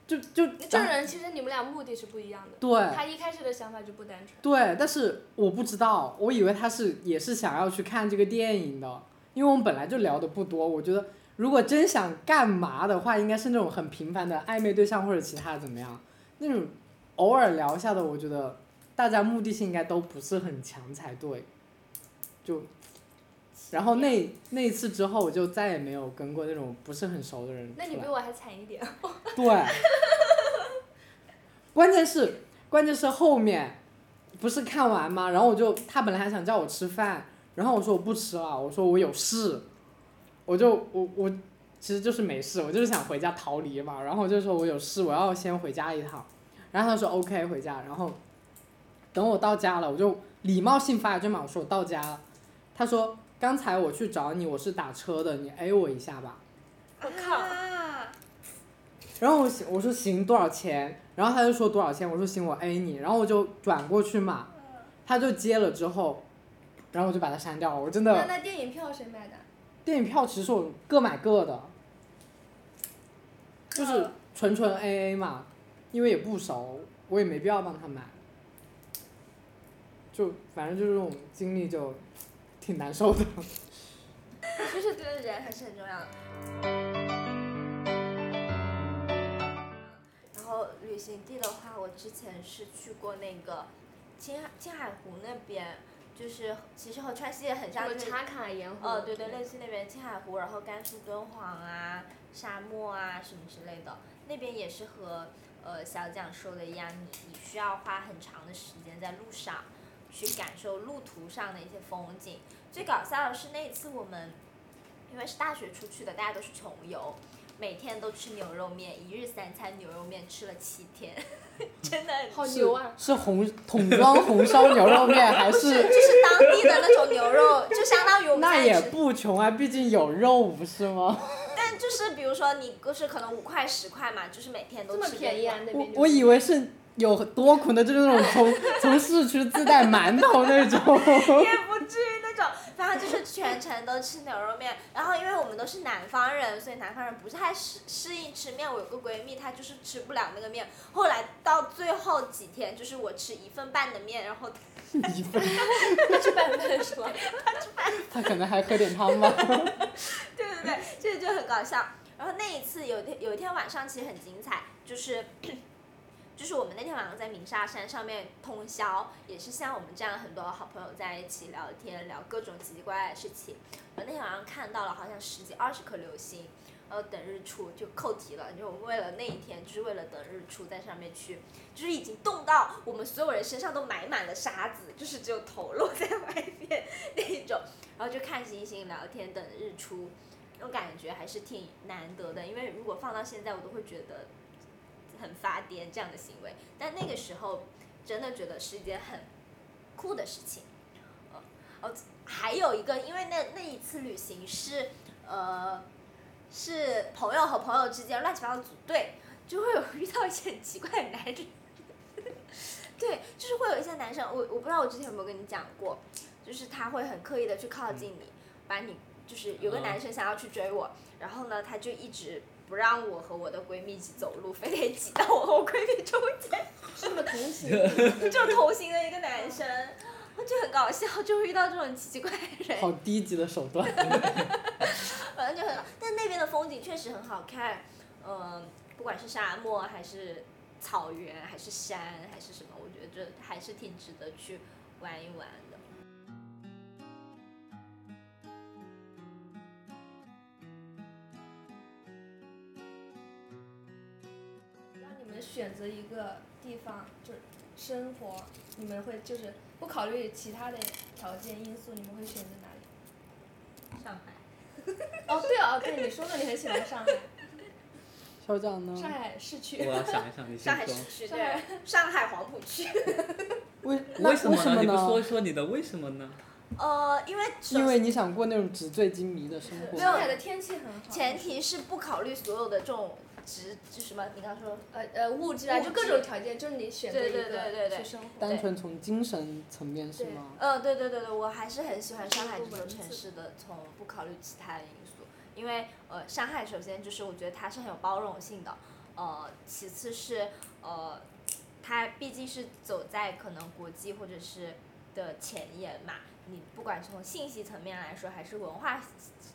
就就
这人其实你们俩目的是不一样的。
啊对
他一开始的想法就不单纯。
对，但是我不知道，我以为他是也是想要去看这个电影的，因为我们本来就聊的不多。我觉得如果真想干嘛的话，应该是那种很频繁的暧昧对象或者其他怎么样，那种偶尔聊一下的，我觉得大家目的性应该都不是很强才对。就，然后那那一次之后，我就再也没有跟过那种不嗯是很熟的人出
那你
来
比我还惨一点。
对，关键是关键是后面不是看完吗？然后我就他本来还想叫我吃饭，然后我说我不吃了，我说我有事，我就我我其实就是没事，我就是想回家逃离嘛。然后我就说我有事，我要先回家一趟。然后他说 OK 回家，然后等我到家了，我就礼貌性发一句嘛，我说我到家了。他说刚才我去找你，我是打车的，你 A 我一下吧。
我靠
啊
然后我行，我说行多少钱？然后他就说多少钱，我说行，我 A 你。然后我就转过去嘛，他就接了之后，然后我就把他删掉了。我真
那
的
那电影票谁买的？
电影票其实我各买各的，就是纯纯 AA 嘛，因为也不熟，我也没必要帮他买。就反正就是这种经历就挺难受的。
就是这个人还是很重要的。然后旅行地的话，我之前是去过那个青海青海湖那边，就是其实和川西也很
什
像，
么
就是
茶卡盐湖？
哦，对对，类似那边青海湖，然后甘肃敦煌啊、沙漠啊什么之类的，那边也是和呃小蒋说的一样，你你需要花很长的时间在路上去感受路途上的一些风景。最搞笑的是那一次我们因为是大学出去的，大家都是穷游，每天都吃牛肉面，一日三餐牛肉面吃了七天， 真的很
好牛啊！
是红桶装红烧牛肉面还是？
就是当地的那种牛肉，就相当于我们
那
在
也
吃
不穷啊，毕竟有肉不是吗？
但就是比如说你就是可能五块十块嘛，就是每天都
这么
吃
便 宜啊，那边
我
就是
我以为是有多苦的，就是那种从 从市区自带馒头那种。
也不至于那种，反然后就是全程都吃牛肉面，然后因为我们都是南方人，所以南方人不太适适应吃面。我有个闺蜜，她就是吃不了那个面，后来到最后几天，就是我吃一份半的面，然后她
一份，
吃拌饭是吧？
他可能还喝点汤吧。
对对对，这个就很搞笑。然后那一次有一天有一天晚上其实很精彩，就是 就是我们那天晚上在鸣沙山上面通宵，也是像我们这样很多好朋友在一起聊天，聊各种奇奇怪怪的事情。我那天晚上看到了好像十几二十颗流星，然后等日出就扣题了，就为了那一天，就是为了等日出在上面去，就是已经冻到我们所有人身上都埋满了沙子，就是只有头露在外面那一种，然后就看星星聊天等日出，那种感觉还是挺难得的，因为如果放到现在，我都会觉得很发癫这样的行为，但那个时候真的觉得是一件很酷的事情。呃哦，还有一个，因为那那一次旅行是呃是朋友和朋友之间乱七八糟组队，就会有遇到一些很奇怪的男人。 对，就是会有一些男生，我我不知道我之前有没有跟你讲过，就是他会很刻意的去靠近你，把你就是有个男生想要去追我，然后呢，他就一直不让我和我的闺蜜一起走路，非得挤到我和我闺蜜中间，
是不是同 行？
就同行的一个男生，就很搞笑，就会遇到这种奇奇怪怪的人。
好低级的手段。
反正就很好，但那边的风景确实很好看，嗯、不管是沙漠还是草原还是山还是什么，我觉得这还是挺值得去玩一玩的。
让你们选择一个地方，就是生活，你们会就是不考虑其他的条件因素，你们会选择哪里？
上海，
哦，对哦，对，你说过你很喜欢上海，
校长呢？
上海市
我
区。
要想一想，你先
上海
说
市。区，
上
对
海，
上海黄浦 区。
为那
为什么呢？
呢？
你不说一说你的为什么呢？
呃，因为首
因为你想过那种纸醉金迷的生活。
上海的天气很好。
前提是不考虑所有的这种值，就什么你刚说
呃呃，物质啊，
物
就各
质
种条件，就是你选择
对
一
对对对
个
对
去生活。
单纯从精神层面是
对
吗？
呃，对对对对，我还是很喜欢上海这座城市的，从不考虑其他的因素，因为呃，上海首先就是我觉得它是很有包容性的，呃，其次是呃，它毕竟是走在可能国际或者是的前沿嘛，你不管从信息层面来说，还是文化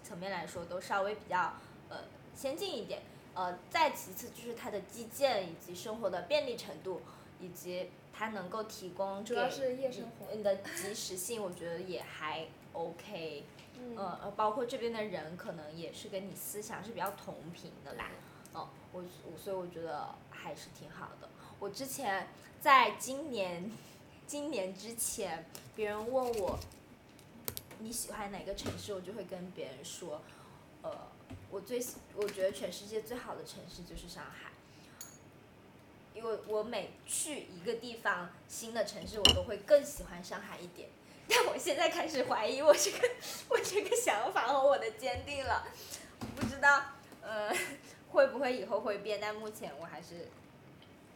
层面来说，都稍微比较呃先进一点，呃，再其次就是它的基建以及生活的便利程度，以及它能够提供
主要
给
是夜生活。
你的及时性，我觉得也还 OK，
嗯
嗯，呃，包括这边的人可能也是跟你思想是比较同频的啦，哦，我我所以我觉得还是挺好的。我之前在今年，今年之前，别人问我你喜欢哪个城市，我就会跟别人说，呃，我最喜我觉得全世界最好的城市就是上海。因为我每去一个地方新的城市，我都会更喜欢上海一点。但我现在开始怀疑我这个 我这个想法和我的坚定了，我不知道呃会不会以后会变，但目前我还是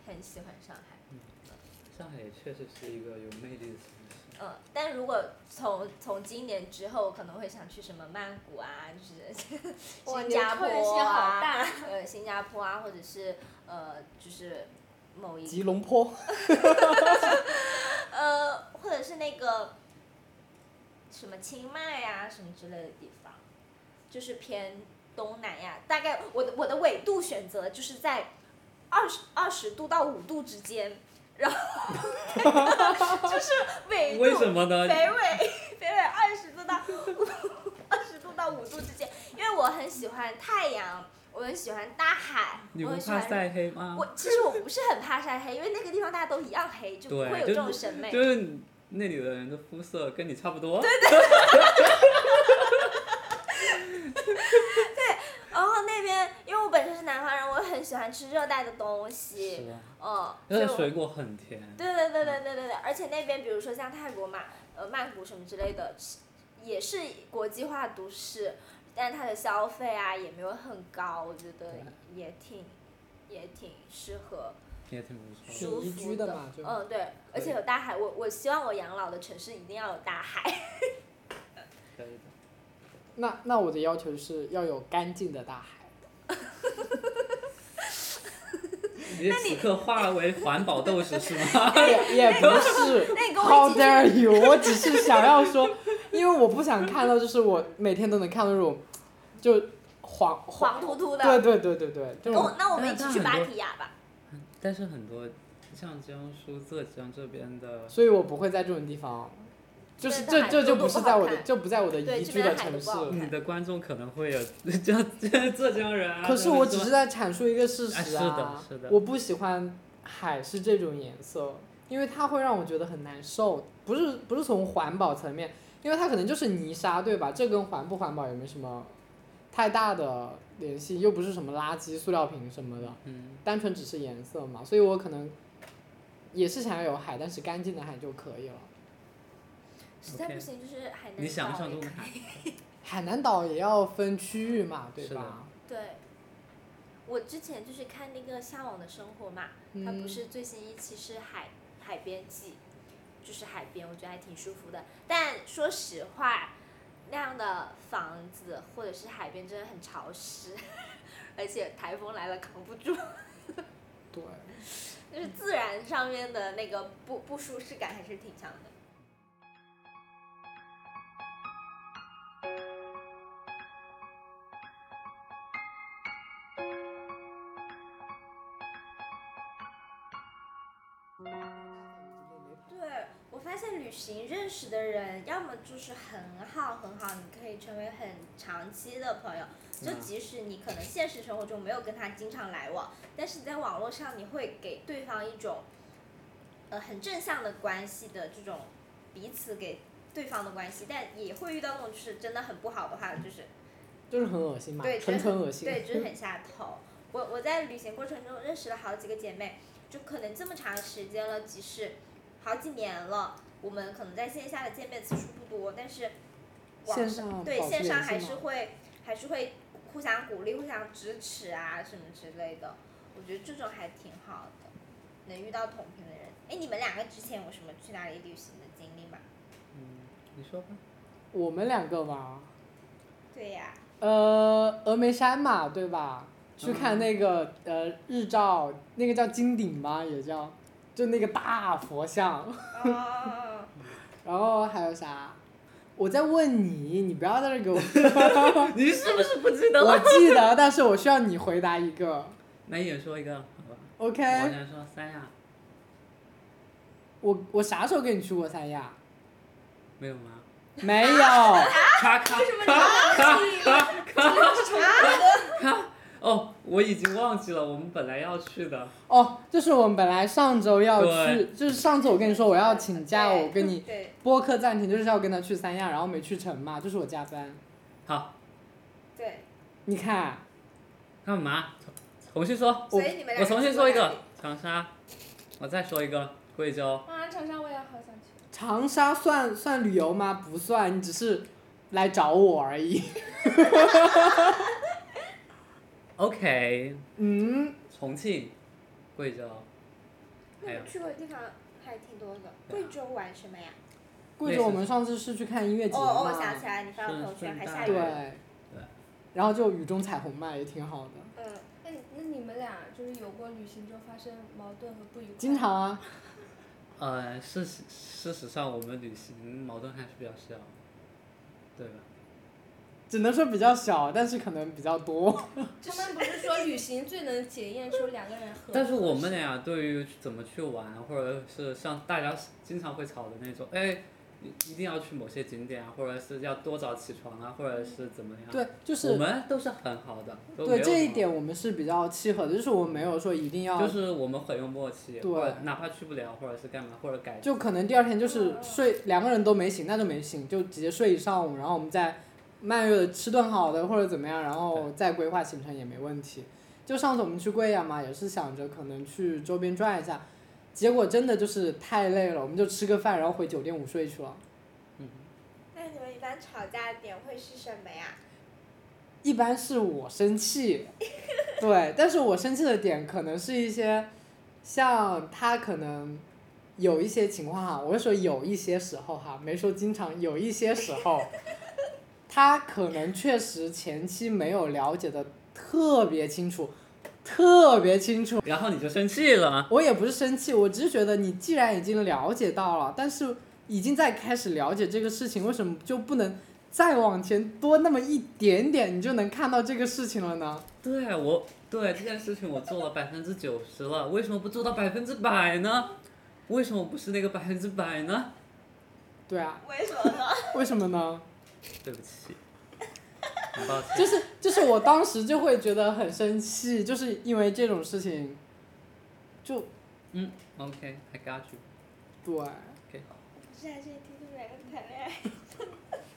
很喜欢上海。
上海也确实是一个有魅力的城市。
嗯，但如果从从今年之后，可能会想去什么曼谷啊，就是
哇，
新
你的
加
跨越
坡
性好
啊，
大。
呃，新加坡啊，或者是呃，就是某一
吉隆坡，
呃，或者是那个什么清迈呀、什么之类的地方，就是偏东南亚。大概我的我的纬度选择就是在二十二十度到五度之间，然 后就是纬度
为什么呢？
北纬北纬二十度到二十度到五度之间，因为我很喜欢太阳，我很喜欢大海，
你
我
不
很喜
怕
欢
晒黑吗？
我其实我不是很怕晒黑，因为那个地方大家都一样黑，就不
对
会有
就
这种审美。
就是你那里的人的肤色跟你差不多。
然后那边，因为我本身是南方人，我很喜欢吃热带的东
是
西，
吧？
嗯，
那
所以
个水
我
果很甜。
对对对对对对对，而且那边比如说像泰国嘛，呃，曼谷什么之类的，也是国际化都市，但是它的消费啊也没有很高，我觉得
对
也挺也挺适合
也挺不错的。
挺
舒
宜
服
居的嘛就
嗯对，而且有大海，我我希望我养老的城市一定要有大海。
可以的。
那那我的要求是要有干净的大海。
你这此刻化为环保斗士是吗？
也也不是
那你跟我
How
一起去
dare you！我只是想要说，因为我不想看到，就是我每天都能看到那种，就黄
黄秃秃的。
对对对对对，这
跟
种
我那我们一起去
那那
芭
很多
提雅吧。
但是很多像江苏、浙江这边的，
所以我不会在这种地方，就是
对
这
大海
这就不是在我
都不好
的，
看
就不在我的
对
宜
这
居
边
的
的海
城市
都不。好看
你的观众可能会有 浙浙浙江人啊。
可是我
或者
只是
说
在阐述一个事
哎
实
是
啊
的，是的
我不喜欢海是这种颜色，因为它会让我觉得很难受。不是不是从环保层面，因为它可能就是泥沙，对吧？这跟环不环保也没什么太大的联系，又不是什么垃圾、塑料瓶什么的，
嗯，
单纯只是颜色嘛。所以我可能也是想要有海，但是干净的海就可以了。
实在
OK
不行就是海南岛也可以。
你想不想这么 海？
海南岛也要分区域嘛，对
是的
吧？
对，我之前就是看那个《向往的生活》嘛，它不
嗯
是最新一期是海海边记，就是海边，我觉得还挺舒服的。但说实话，那样的房子或者是海边真的很潮湿， 而且台风来了扛不住，
对，
就是自然上面的那个不不舒适感还是挺强的。对，我发现旅行认识的人，要么就是很好很好，你可以成为很长期的朋友。就
嗯
即使你可能现实生活中没有跟他经常来往，但是在网络上你会给对方一种，呃，很正向的关系的这种彼此给对方的关系，但也会遇到那种就是真的很不好的话，就是
就是很恶心嘛
对，
纯
真的
纯恶心。
对，就是很下头。我我在旅行过程中认识了好几个姐妹，就可能这么长时间了，即使好几年了，我们可能在线下的见面次数不多，但是网
线上
对
保持
线上
联系
还
嘛
是会还是会互相鼓励、互相支持啊什么之类的。我觉得这种还挺好的，能遇到同频的人。哎，你们两个之前有什么去哪里旅行的经历吗？
嗯，你说吧。
我们两个嘛，
对 呀、
呃，峨眉山嘛，对吧？去
嗯
看那个、呃日照，那个叫金顶吗？也叫，就那个大佛像。
哦，
然后还有啥？我在问你，你不要在这儿给 我。
你是不是不记得？
我记得，但是我需要你回答一个。
那一人说一个，好吧？
OK，
我想说三亚，
我我啥时候跟你去过三亚？
没有吗？
没 有。
咔
啊
咔咔咔咔咔咔！哦，我已经忘记了我们本来要去的。
哦，就是我们本来上周要去
对，
就是上次我跟你说我要请假，
对
我跟你
对
播客暂停，就是要跟他去三亚，然后没去成嘛，就是我加班。
好，
对，
你看，
干嘛？重新说，
所以你们两
我
个
重新
去
说一
过哪
个
里
长沙，我再说一个贵州。
啊，长沙我也好想去。
长沙算算旅游吗？不算，你只是来找我而已。
OK，
嗯，
重庆、贵州，
那
还有
你去过的地方还挺多的。
对
贵州玩什么呀？
贵州我们上次是去看音乐节
哦
嘛，
哦，我想起来，你发的朋友圈
顺
还
带
下雨。
对，然后就雨中彩虹嘛，也挺好的。
嗯，
那你那你们俩就是有过旅行中发生矛盾和不愉快？
经。常啊，
呃，事实事实上，我们旅行矛盾还是比较小，对吧？
只能说比较小，但是可能比较多。
他们不是说旅行最能检验出两个人合不合适？
但是我们俩对于怎么去玩，或者是像大家经常会吵的那种，哎，你一定要去某些景点啊，或者是要多早起床啊，或者是怎么样，
对，就
我
是
们都是很好的，都没
对
有
这一
什么
点我们是比较契合的，就是我们没有说一定要
就是我们很有默契，
哦对
或者哪怕去不了，或者是干嘛，或者改
就可能第二天就是睡，两个人都没醒，那就没醒，就直接睡一上午，然后我们再慢悠悠地吃顿好的或者怎么样，然后再规划行程也没问题。就上次我们去贵阳嘛，也是想着可能去周边转一下，结果真的就是太累了，我们就吃个饭，然后回酒店午睡去了。
那你们一般吵架的点会是什么呀？
一般是我生气， 对，但是我生气的点可能是一些，像他可能有一些情况哈，我是说有一些时候哈，没说经常，有一些时候，他可能确实前期没有了解的特别清楚，特别清楚。
然后你就生气了，
我也不是生气，我只是觉得你既然已经了解到了，但是已经在开始了解这个事情，为什么就不能再往前多那么一点点，你就能看到这个事情了呢？
对我对这件事情我做了百分之九十了，为什么不做到百分之百呢？为什么不是那个百分之百呢？
对啊，
为什么 呢？
为什么呢？
对不起，很抱歉。
就是就是我当时就会觉得很生气，就是因为这种事情，就
嗯 OK，I、got you。
对，
是还是一听就两个谈恋爱。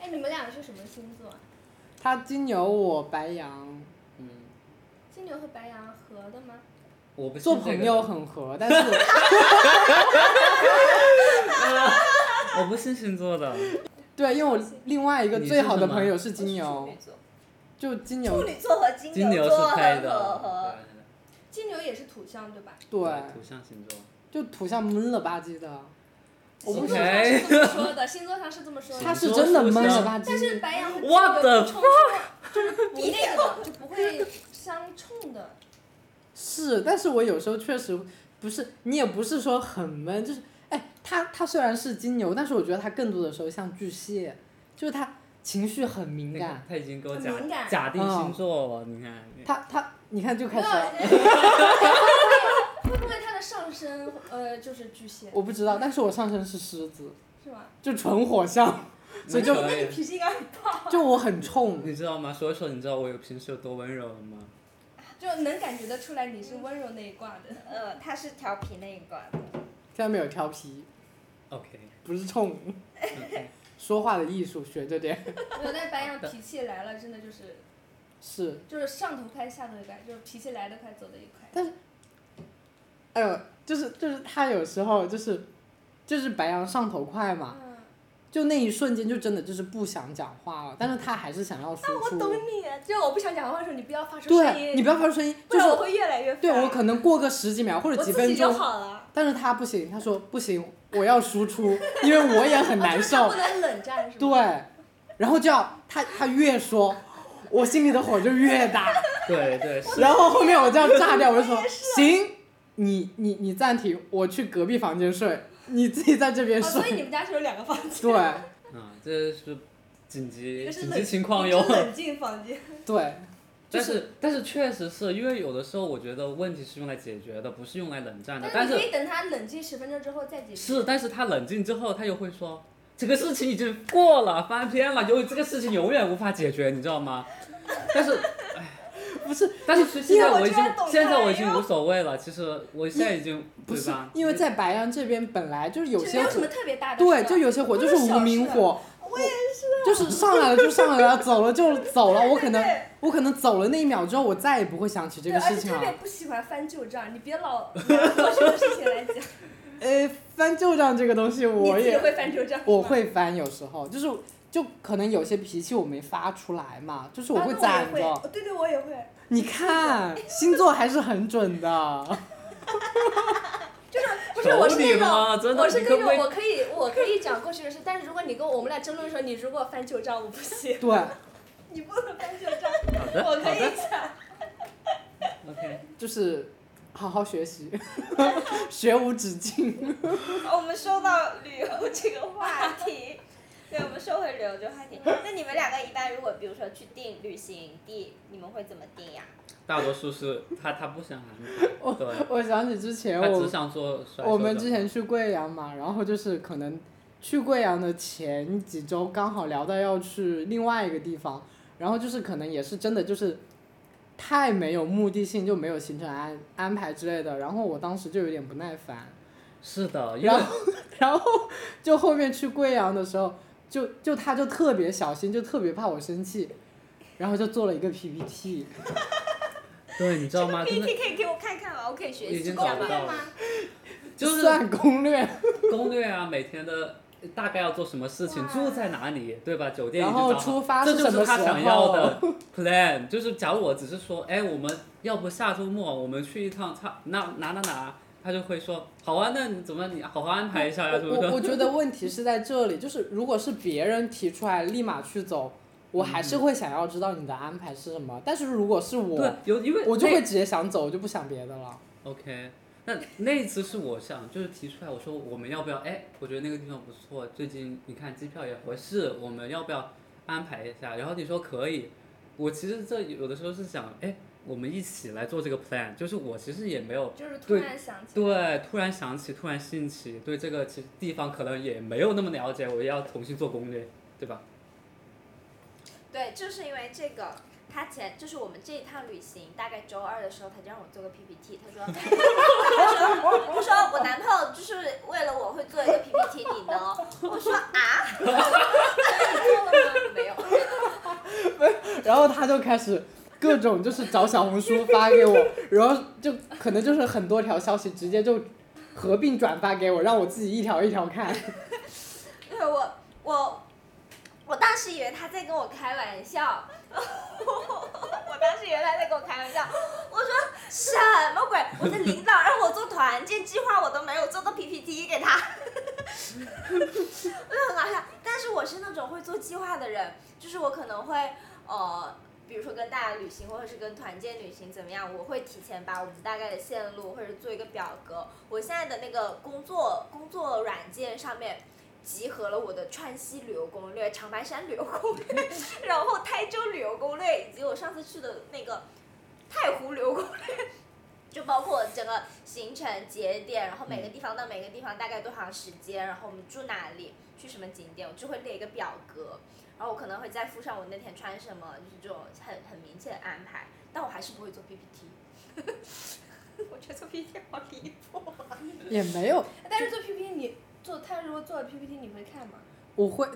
哎，你们俩是什么星座？啊
他金牛我白羊，
嗯，
金牛和白羊合的吗？
我不信
做
这个
朋友很合，但是
我不信星座的。
对，因为我另外一个
你是
最好的
什么
朋友是
我是
金牛
处女，座
就金
处
牛
女座和金
金牛
牛
是
座
配
很合
的啊
合，，
金牛也是土象对吧？
对
对，
土象星座。
就土象闷了吧唧的，我
星
不
座
是
上
OK
是 这么说的，星座上是这么说
他
的。
是啊真的闷了吧
但是
唧，
白羊和金
What
牛
the
冲突就是不那个的，就不会相冲的。
是，但是我有时候确实不是，你也不是说很闷，就是哎，他他虽然是金牛，但是我觉得他更多的时候像巨蟹，就是他情绪很敏
那个
感，
他已经给我
很
假
敏感
假定
嗯
星座了，你看。
他他你看就
没
开始
有，
了，
会不会他的上身呃就是巨蟹
我不知道，但是我上身是狮子，
是吗？
就纯火象， 所以就
可以
脾气应该很大。
就我很冲，
你知道吗？所以说你知道我有平时有多温柔了吗？
就能感觉得出来你是温柔那一挂 的。
呃，他是调皮那一挂的。
下面有调皮，
OK，嗯
不是冲，说话的艺术学着点，
没有，但白羊脾气来了，真的就是
是，
就是上头快下头快，就是脾气来得快走得也快。
哎呦，就是就是他有时候就是就是白羊上头快嘛。
嗯，
就那一瞬间就真的就是不想讲话了，但是他还是想要输出。
你，就我不想讲话的时候，你不要发出声
对啊
音，
你不要发出声音，
不
就
然
是
我会越来越烦。
对我可能过个十几秒或者
我
几
自
分
己就
钟，
好了。
但是他不行，他说不行，我要输出，因为我也很难受
不。能冷战是吧？
对，啊然后就要他他越说，我心里的火就越大，
对对是。
然后后面我就要炸掉，我就说行，你你你暂停，我去隔壁房间睡，你自己在这边
哦，所以
睡。
你们家是有两个房间，
对
啊，这是紧
一
急
个是
紧
冷
急情况
一
哟
个。是冷静房间。
对，就
但
是
是但是确实是因为有的时候我觉得问题是用来解决的，不是用来冷战的。但
但你可
是
以等他冷静十分钟之后再解决。
是，但是他冷静之后，他又会说这个事情已经过了，翻篇了，由于这个事情永远无法解决，你知道吗？但是
不是
但是现在
因为我
我已经
居然懂
现在
他
我已经
哟
无所谓了，其实我现在已经
不
对
是
吧？
因为在白羊这边本来就是有
就没
些
有
火
什么特别大的事
对，
儿。
就有些火就
都
是
是
无
小
名
事
火，
我也是。
就是上来了就上来了，走了就走了。我可能我可能走了那一秒之后，我再也不会想起这
对，
个
而
事
且
情啊
特别
了。
不喜欢翻旧账，你别老拿过去的事情来讲，
呃，翻旧账这个东西，我
你自己
也
会翻旧账。
我。会翻，有时候就是就可能有些脾气我没发出来嘛，就是我
啊那
会
也
攒着。
对对，我也会。
你看星座还是很准的，
不是，我是那
手里吗
种，
真的
我是
你
那
可不可以
种，我可以，我可以讲过去的事，但是如果你跟我们俩争论的时候，你如果翻旧账，我不 行，
对，
你不能翻旧账，
好的好
我可以
的
讲。
，OK，
就是好好学习， 学无止境。
我们说到旅游这个话题， 对，我们说回旅游这个话题。那你们两个一般如果比如说去定旅行地，你们会怎么定呀？
大多数是他他不想 安排，对。
我想起之前
他
哦我
只想做甩手
我们
掌
之前去贵阳嘛，然后就是可能去贵阳的前几周刚好聊到要去另外一个地方，然后就是可能也是真的就是太没有目的性，就没有行程安安排之类的，然后我当时就有点不耐烦，
是的，因为
然后然后就后面去贵阳的时候，就就他就特别小心，就特别怕我生气，然后就做了一个 PPT，
对，你知道吗？啊真的
PPT 可以给我看看吗？我可以学
已
习
经
一
找
下
不
吗？
到了，就是
算攻略，
攻略啊，每天的大概要做什么事情，
哇
住在哪里，对吧？酒店已
然
经找
后
好
出发
这
是
就
什么
是他
时
想要
候
的。plan。就是假如我只是说，哎，我们要不下周末我们去一趟他那哪哪哪，他就会说好啊，那你怎么你好好安排一下呀、什么
我我
的。
觉得问题是在这里，就是如果是别人提出来立马去走，我还是会想要知道你的安排是什么。但是如果是
嗯对
我，，
有因为
我就
那
会直接想走，我就不想别的了。
OK，那那一次是我想就是提出来，我说我们要不要？哎，我觉得那个地方不错，最近你看机票也合适，我们要不要安排一下？然后你说可以，我其实这有的时候是想，哎，我们一起来做这个 plan，就是我其实也没有。
就是突
对
然想起来，
对，突然想起，突然兴起，对这个其实地方可能也没有那么了解，我也要重新做攻略，对吧？
对，就是因为这个，他前就是我们这一趟旅行，大概周二的时候，他就让我做个 PPT，他说， 他说，他说我男朋友就是为了我会做一个 PPT，你呢？我说啊， 你做了吗？没有。
然后他就开始各种就是找小红书发 给我，然后就可能就是很多条消息直接就合并转发给我，让我自己一条一条 看。
对我我我当时以为他在跟我开玩笑， 我当时以为他在跟我开玩笑，我说什么鬼？我的领导让我做团建计划，我都没有做到 PPT 给他， 我就很搞笑。但是我是那种会做计划的人，就是我可能会呃。比如说跟大家旅行，或者是跟团建旅行怎么样，我会提前把我们大概的线路，或者做一个表格。我现在的那个工作工作软件上面集合了我的川西旅游攻略、长白山旅游攻略， 然后台州旅游攻略，以及我上次去的那个太湖旅游攻略，就包括我整个行程节点，然后每个地方到每个地方大概多长时间，然后我们住哪里，去什么景点，我就会列一个表格，然后我可能会再附上我那天穿什么，就是这种很很明确的安排，但我还是不会做 PPT。我觉得做 PPT 好离谱。
也没有，
但是做 PPT 你做他如果做了 PPT 你会看吗？
我会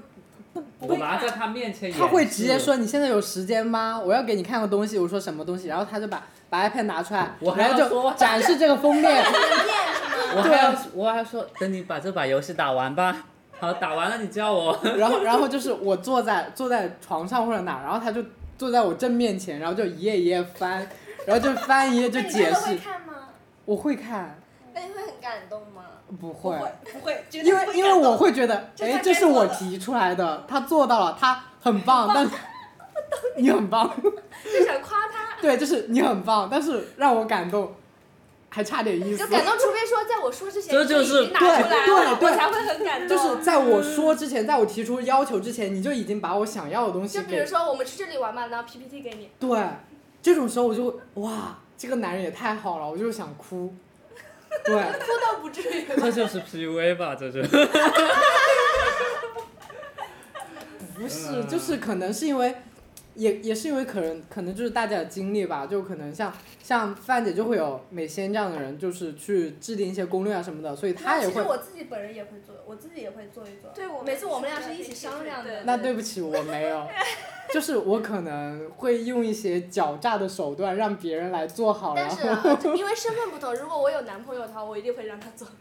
我拿在他面前演示，
他会直接说你现在有时间吗？我要给你看个东西。我说什么东西？然后他就把把 iPad 拿出来，
我还
然后
要说
就展示这个封 面。
我还要我还要说，等你把这把游戏打完吧。好，打完了你叫我。
然后然后就是我坐在坐在床上或者哪，然后他就坐在我正面前，然后就一页一页翻，然后就翻一页就
那你
解
真的会
释。
看吗？
我会看，
那你会很感动吗？
不嗯会，
不会，绝对
因
不会
为因为
感动
我会觉得，
这是
哎
他，
这
该
是
做
我
的
提出来的，他做到了，他很棒，但是 你很棒，
就想夸 他，
对，就是你很棒，但是让我感动，还差点意思
就。感动，除非说在我说之前
这
你
就是
已经拿出来了，
对对
我嗯才会很感动。
就是在我说之前，在我提出要求之前，你就已经把我想要的东西
就比如
给
说我们去这里玩嘛，然后 PPT 给你，
对，这种时候我就会哇，这个男人也太好了，我就想哭。对，
哭到不至于吧。
这就是 PUA 吧，这是。
不是，就是可能是因为，也也是因为可能可能就是大家的经历吧，就可能像像范姐就会有美仙这样的人，就是去制定一些攻略啊什么的，所以她
那
也
其实
会。
我自己本人也会做，我自己也会做一做。
对，我
每次我们俩是一起商量的
那 对不起，我没有， 就是我可能会用一些狡诈的手段让别人来做好，然
但是
后
啊因为身份不同，如果我有男朋友的话，我一定会让他做的。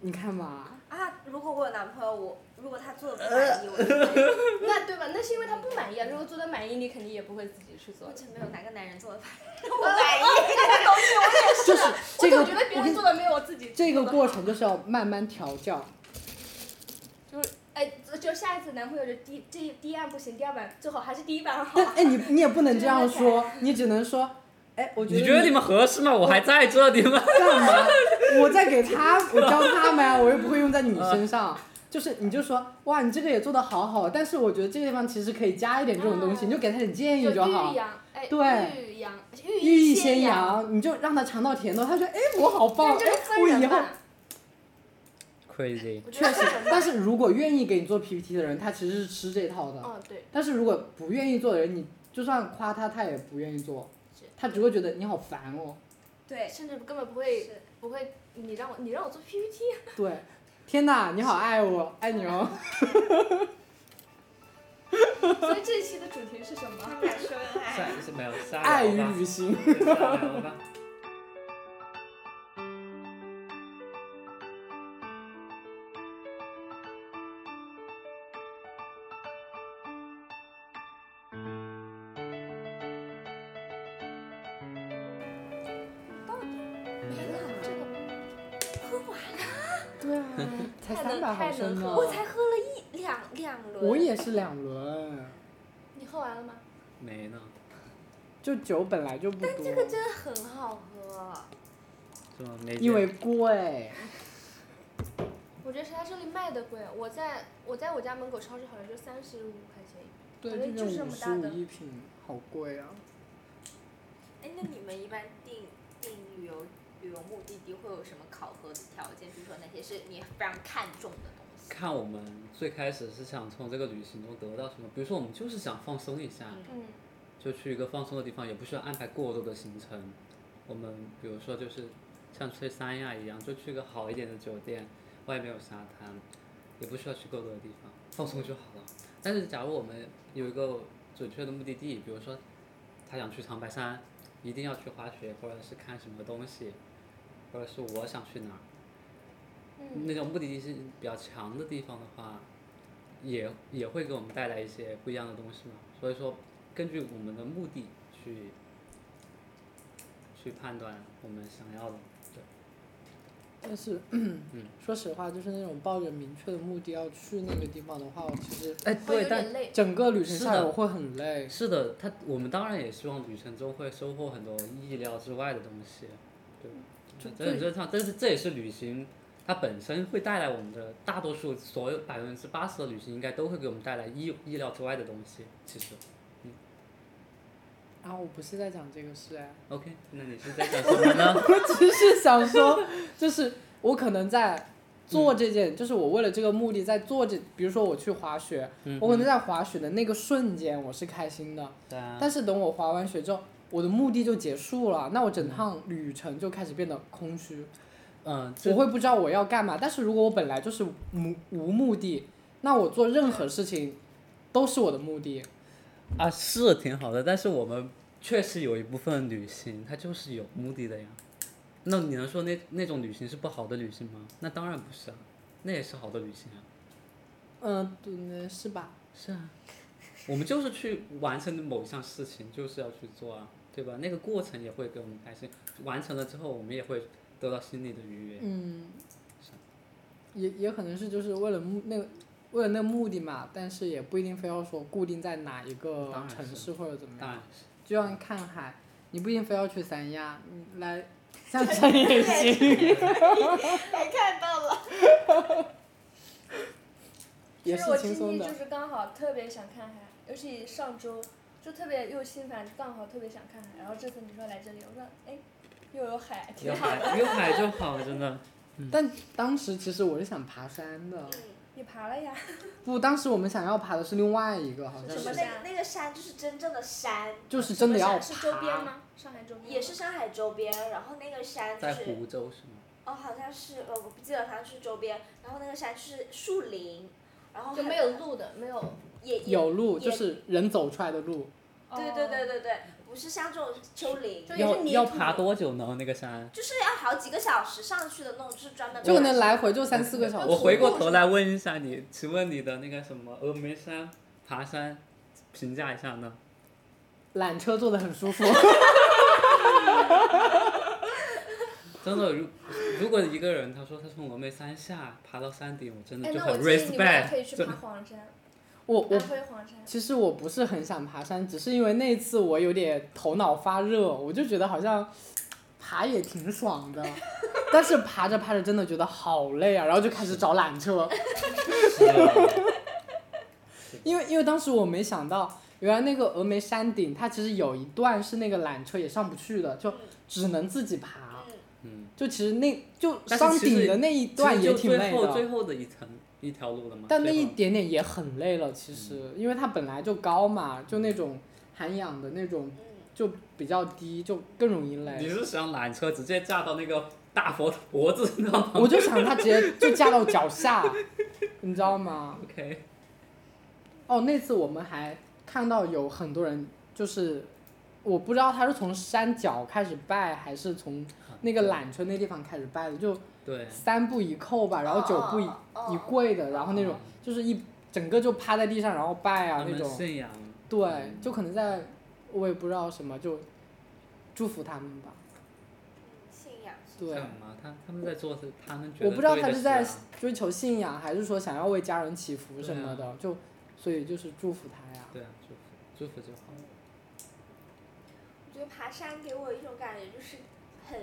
你看嘛，
啊，如果我有男朋友，我如果他做的不满意，我就会。
那对吧？那是因为他不满意啊。如果做的满意，你肯定也不会自己去做
我
的。
真没有哪个男人做的不 满意。
就是这个，
我总觉得别
我跟
人做的没有我自己
这个
做得
过
好
程就是要慢慢调教。
就是哎，就下一次男朋友就第这第一案不行，第二版最好还是第一版好
但。哎，你你也不能这样说，你只能说，哎，我觉得
你觉得你们合适吗？我还在这里 吗？
干嘛？我在给他，我教他们呀，我又不会用在你身
嗯
上。 就是你就说，哇，你这个也做的好好，但是我觉得这个地方其实可以加一点这种东西，
啊
你就给他点建
就
议好
欲。扬，哎，
对
欲扬，
寓意
意先扬。
扬，你就让他尝到甜头，他说，哎，我好棒，
但
哎
这个分，
我以
人
后
吧，
crazy，
我觉
确
得
实。 但是如果愿意给你做 PPT 的人，他其实是吃这套的。
嗯，对，
但是如果不愿意做的人，你就算夸他，他也不愿意做
是，
他只会觉得你好烦哦。
对，
甚至根本不会
是
不会，你让我你让我做 PPT，
对，天呐，你好爱我，爱你哦。
所以这一期的主题是什么？
敢说爱。
下是没有下
爱
聊
与
吧，
旅行。
下聊吧。
没了，这个
对啊，才
太能
三百毫
太能
升呢
喝。
我才喝了一两两轮。
我也是两轮，
你喝完了吗？
没呢，
就酒本来就不多，
真的很好喝，
是吗？没
因
见
为贵，
我觉得是他这里卖的贵，我在我在我家门口超市好像就三十五块钱一
对
反正
这
就这
种五
么
十
大
五
的嗯
一瓶好贵啊。
哎，那你们一般定定旅游旅游目的地会有什么考核的条件？比如说哪些是你非常看重的东西？
看我们最开始是想从这个旅行中得到什么，比如说我们就是想放松一下，
嗯
瓶。嗯，
就去一个放松的地方，也不需要安排过多的行程。我们比如说就是像去三亚一样，就去个好一点的酒店，外面有沙滩，也不需要去过多的地方，放松就好了。但是假如我们有一个准确的目的地，比如说他想去长白山，一定要去滑雪，或者是看什么东西，或者是我想去哪儿，
嗯
那种目的地是比较强的地方的话，也也会给我们带来一些不一样的东西嘛。所以说，根据我们的目的去去判断我们想要的。
但是，
嗯
说实话，就是那种抱着明确的目的要去那个地方的话，我其实
哎，
会
对，
有
但
点累。
整个旅程
是
下来
的
我会很累。
是的，他我们当然也希望旅程中会收获很多意料之外的东西，对，
就
这很正常。但是这也是旅行，它本身会带来我们的大多数所有百分之八十的旅行应该都会给我们带来意意料之外的东西。其实
然后我不是在讲这个事哎，
，OK，那你是在讲什么呢？
我只是想说，就是我可能在
嗯
做这件，就是我为了这个目的在做这，比如说我去滑雪，
嗯
我可能在滑雪的那个瞬间我是开心的，
对啊，
但是等我滑完雪之后，我的目的就结束了，那我整趟旅程就开始变得空虚，
嗯，
我
这
会不知道我要干嘛。但是如果我本来就是无无目的，那我做任何事情都是我的目的。
啊是挺好的，但是我们确实有一部分旅行它就是有目的的呀。那你能说那那种旅行是不好的旅行吗？那当然不是啊，那也是好的旅行啊。
嗯，对，嗯是吧？
是啊，我们就是去完成某一项事情，就是要去做啊，对吧？那个过程也会给我们开心，完成了之后，我们也会得到心里的愉悦。
嗯，也也可能是就是为了目那个为了那个目的嘛，但是也不一定非要说固定在哪一个
当然
城
是
市或者怎么
当然
样。
是，
就像看海，你不一定非要去三亚，你来象山也 行，
没看到了，
也
其实我
轻
今
松
天
的
就。是刚好特别想看海，尤其上周就特别又心烦，刚好特别想看海。然后这次你说来这里，我说哎，又有海，挺
有
好的。
海有海就好了，真的。
但当时其实我是想爬山
嗯
的，
你爬了呀？
不，当时我们想要爬的是另外一个，好像
是
什
什
么
么
是，
山
那那个山就是真正的山，
就是真的要爬。
是周边吗？上海周边吗
也是上海周边，然后那个山就
在
是
湖州是吗？
哦，好像是呃，我不记得，反正是周边，然后那个山是树林，然后
就
很
没有路的，没有。
也也
有路，
也
就是人走出来的路，
对对
哦
对对对，不是像这种丘陵
就，也是
要
泥
要
土
爬多久呢？那个山？
就是要好几个小时上去的那种，就是专门
就可能来回就三四个小时。
我回过头来问一下你，请问你的那个什么峨眉山爬山，评价一下呢？
缆车坐的很 舒服，
真的，如如果一个人他说他从峨眉山下爬到山顶，我真的
哎，
就
那我
很
建议你们
respect。
可以去
真
爬
的
黄山，
我
安
我
徽黄山。
其实我不是很想爬山，只是因为那次我有点头脑发热，我就觉得好像爬也挺爽的， 但是爬着爬着真的觉得好累啊，然后就开始找缆车，
是啊的
因为因为当时我没想到，原来那个峨眉山顶它其实有一段是那个缆车也上不去的，就只能自己爬，
嗯，
嗯。
就其实那就
但是
山
其实
顶的那一段
其实
也
就
挺累
最后最
的。
后的一层一条路了嘛。
但那
最
一
后嗯
点点也很累了，其实，因为它本来就高嘛，就那种涵养的那种
嗯
就比较低，就更容易
你
累。
是想缆车直接架到那个大佛的脖子上
我就想它直接就架到脚下， 你知道吗？
？OK，
哦，那次我们还看到有很多人，就是我不知道他是从山脚开始拜，还是从 那个缆车那地方开始拜的，就
对，
三步一叩吧，然后九步一
哦哦哦
一跪的，然后那种就是一整个就趴在地上然后拜
他
啊那
嗯们
种，
信仰嗯
对，就可能在我也不知道什么，就祝福他们吧。
嗯信仰是
对，
干嘛？他他们在做是他们觉得
我不知道
对
他
的
是
事
在
啊
追求信仰，还是说想要为家人祈福什么
对啊
的，就所以就是祝福他呀。
对啊，祝福舒服就好。
我觉得爬山给我一种感觉就是很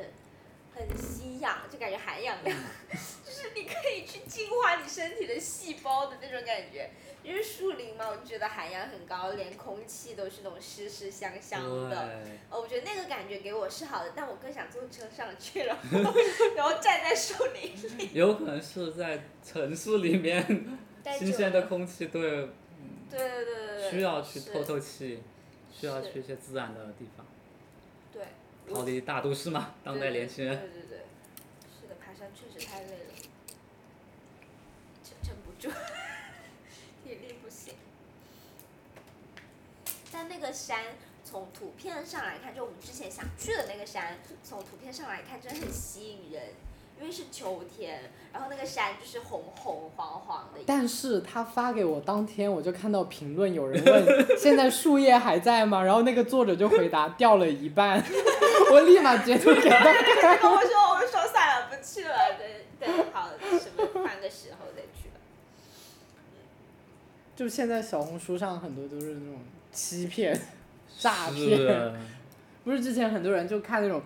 很吸氧，就感觉含氧量， 就是你可以去净化你身体的细胞的那种感觉。因为树林嘛，我就觉得含氧很高，连空气都是那种湿湿香香的。
对，
呃，我觉得那个感觉给我是好的，但我更想坐车上去，然后 然后站在树林 里。
有可能是在城市里 面，
待
新
久
鲜的
了
空气对
对对对对对。
需要去
是
透透气，需要
是
去一些自然的地方，
对。
逃离大都市嘛，当代年 轻人。
对对对对，是的，爬山确实太累了，撑撑不住， 体力不行。但那个山从图片上来看，就我们之前想去的那个山，从图片上来看真的很吸引人，因为是秋天，然后那个山就是红红黄黄的。
但是他发给我当天，我就看到评论有 人问现在树叶还在吗？然后那个作者就回答掉了一半， 我立马截图给他看。
跟我说，我们说算了，不去了，等等好什么换个时候再去吧。
就现在小红书上很多都是那种欺骗，诈骗
是，
不是之前很多人就看那种，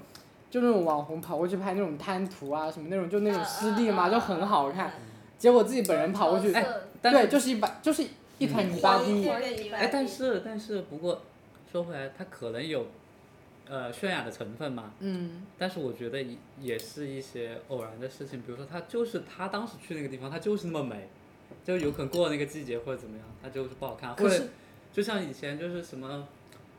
就那种网红跑过去拍那种滩涂啊什么那种，就那
嗯
种湿地嘛，就很好看。结果自己本人跑过去，
哎但
对，
是
就是一把就是一团泥巴
嗯
地。
哎，但是但是不过，说回来，它可能有，呃，渲染的成分嘛。
嗯，
但是我觉得也也是一些偶然的事情，比如说他就是他当时去那个地方，他就是那么美，就有可能过了那个季节或者怎么样，它就是不好看，或
啊可
者
是
就像以前就是什么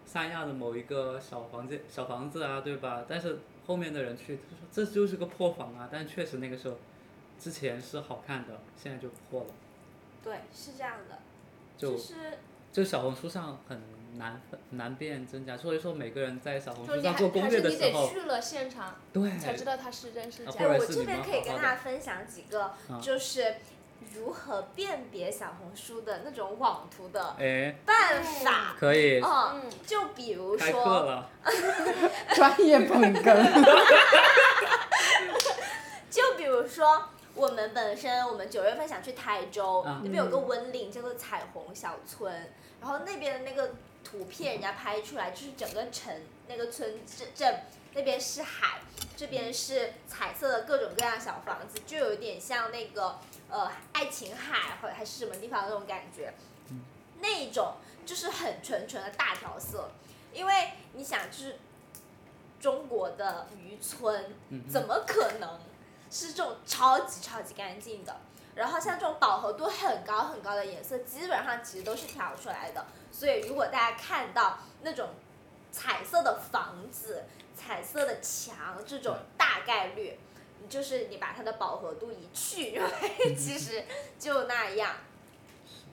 三亚的某一个小房间小房子啊，对吧？但是后面的人去，他说这就是个破房啊，但确实那个时候之前是好看的，现在就破了，
对，是这样的，
就是就小红书上很难分难辨真假，所以说每个人哎在小红
就
书
是你
上
还
做攻
还
略
是
的
你
时
得
候，
去了现 场
对，
才知道它是真是
啊
假
或
哎，
者
我
是
这
你
边
们
可以
好
跟
好
大家分享几个，
嗯
就是如何辨别小红书的那种网图的
哎，
办法。
可以
嗯，
嗯，
就比如
开课
说，
了。
专业捧哏，
就比如说。我们本身，我们九月份想去台州，
啊
那边有个文岭叫做彩虹小村，然后那边的那个图片人家拍出来，就是整个城那个村镇镇那边是海，这边是彩色的各种各样小房子，就有点像那个呃爱琴海或者还是什么地方那种感觉，那一种就是很纯纯的大调色，因为你想就是中国的渔村
嗯，
怎么可能是这种超级超级干净的？然后像这种饱和度很高很高的颜色，基本上其实都是调出来的。所以如果大家看到那种彩色的房子、彩色的墙这种大概率，你就是你把它的饱和度一去，然后其实就那样。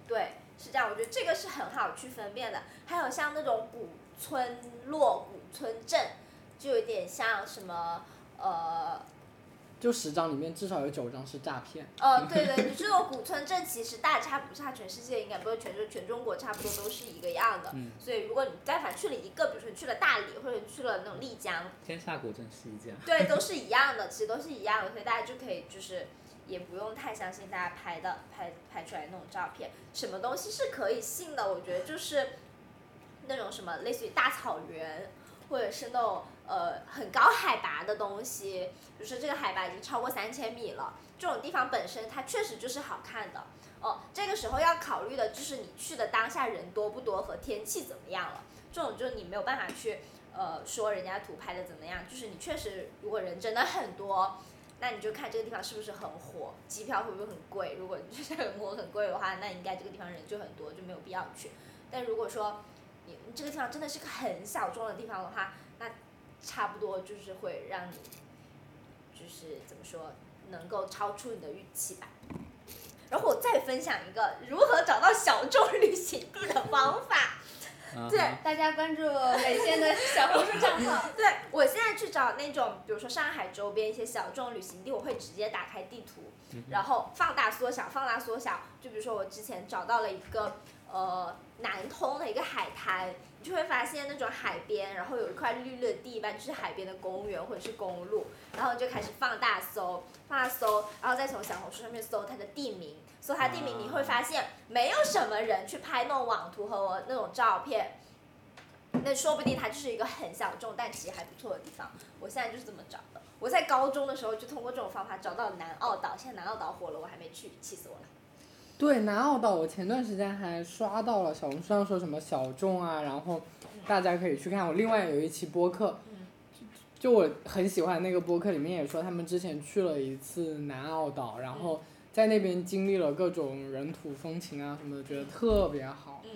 对，是这样，我觉得这个是很好去分辨的。还有像那种古村落、古村镇，就有点像什么呃
就十张里面至少有九张是诈骗。
呃，对对，这种古村镇其实大差不差，全世界应该不是全全中国差不多都是一个样的。
嗯
所以如果你但凡去了一个，比如说你去了大理或者你去了那种丽江，
天下古镇啊是一家，
对，都是一样的，其实都是一样的，所以大家就可以就是也不用太相信大家拍的拍拍出来那种照片，什么东西是可以信的，我觉得就是那种什么类似于大草原。或者是那种呃很高海拔的东西，比如说这个海拔已经超过三千米了，这种地方本身它确实就是好看的哦。这个时候要考虑的就是你去的当下人多不多和天气怎么样了，这种就是你没有办法去呃说人家图拍的怎么样，就是你确实如果人真的很多，那你就看这个地方是不是很火，机票会不会很贵。如果就是很火很贵的话，那应该这个地方人就很多，就没有必要去。但如果说你你这个地方真的是个很小众的地方的话，那差不多就是会让你就是怎么说能够超出你的预期吧。然后我再分享一个如何找到小众旅行地的方法。
啊
对
大家关注美仙的小红书账 号，
对我现在去找那种，比如说上海周边一些小众旅行地，我会直接打开地图，然后放大缩小，放大缩小。就比如说我之前找到了一个呃南通的一个海滩，你就会发现那种海边，然后有一块绿绿的地，一般就是海边的公园或者是公路，然后你就开始放大搜，放大搜，然后再从小红书上面搜它的地名，搜它地名，你会发现没有什么人去拍那种网图和那种照片。那说不定它就是一个很小众但其实还不错的地方。我现在就是这么找的。我在高中的时候就通过这种方法找到南澳岛，现在南澳岛火了，我还没去，气死我了。
对，南澳岛，我前段时间还刷到了小红书上说什么小众啊，然后大家可以去看。我另外有一期播客，就我很喜欢那个播客，里面也说他们之前去了一次南澳岛，然后在那边经历了各种人土风情啊什么的，觉得特别好。
嗯，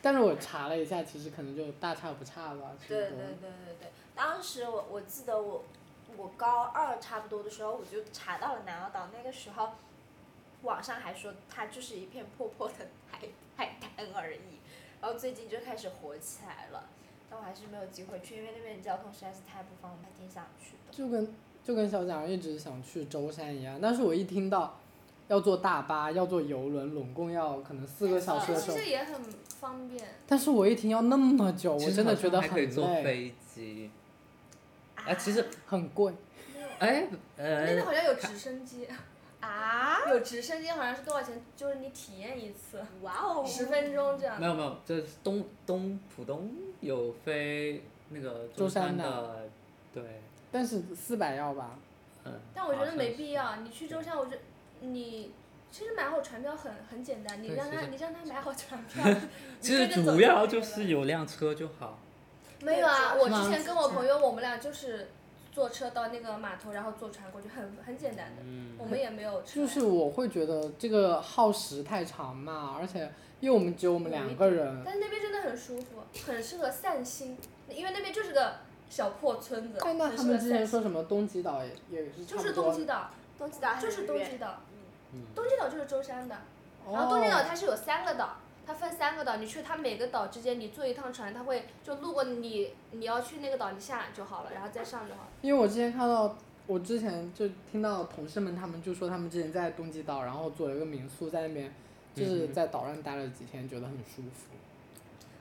但是我查了一下，其实可能就大差不差吧，差不
对
嗯
多
对对对对，当时我我记得我我高二差不多的时候，我就查到了南澳岛，那个时候网上还说它就是一片破破的海 海滩而已，然后最近就开始火起来了，但我还是没有机会去，因为那边的交通实在是太不方便，还挺想去的。
就跟就跟小蒋一直想去舟山一样，但是我一听到要坐大巴，要坐游轮，拢共要可能四个小时的时
其
候，
实也很方便。
但是我一听要那么久，
其
我
实
真的
好像
觉得
还可以
很
坐
累，
飞机。啊，其实，
很贵。
哎，
那边
呃，
好像有直升机，
啊！
有直升机好像是多少钱？就是你体验一次，
哇哦！
十分钟这样
没。有没有，这是东东浦东有飞那个
舟山的
的，对，
但是四百要吧，
嗯。
但我觉
好
得
像
没
是
必要。你去舟山，我觉得你其实买好船票很很简单，你
对
让
其
他
实。
你让他买好船票
其实
你跟着走
主要就
可以
是
了
有辆车就好。
没有啊，
对
我
是吗嗯
之前跟我朋友，我们俩就是坐车到那个码头，然后坐船过去，很很简单的。
嗯
我们也没有车。
就是我会觉得这个耗时太长嘛，而且因为我们只有我们两个人，
但是那边真的很舒服，很适合散心，因为那边就是个小破村子，
但那他
很适合
们之前
散
说
心。
什么东极岛也也是差
就
不
是
多
东，极岛，
东极岛还
就是
日
东
月
极岛，
嗯，
东极岛就是舟山的。
哦
然后东极岛它是有三个岛，它分三个岛，你去它每个岛之间，你坐一趟船，它会就路过你，你要去那个岛，你下就好了，然后再上就好了。
因为我之前看到，我之前就听到同事们他们就说他们之前在东极岛，然后做了一个民宿，在那边就
嗯
是
哼
在岛上待了几天，觉得很舒服。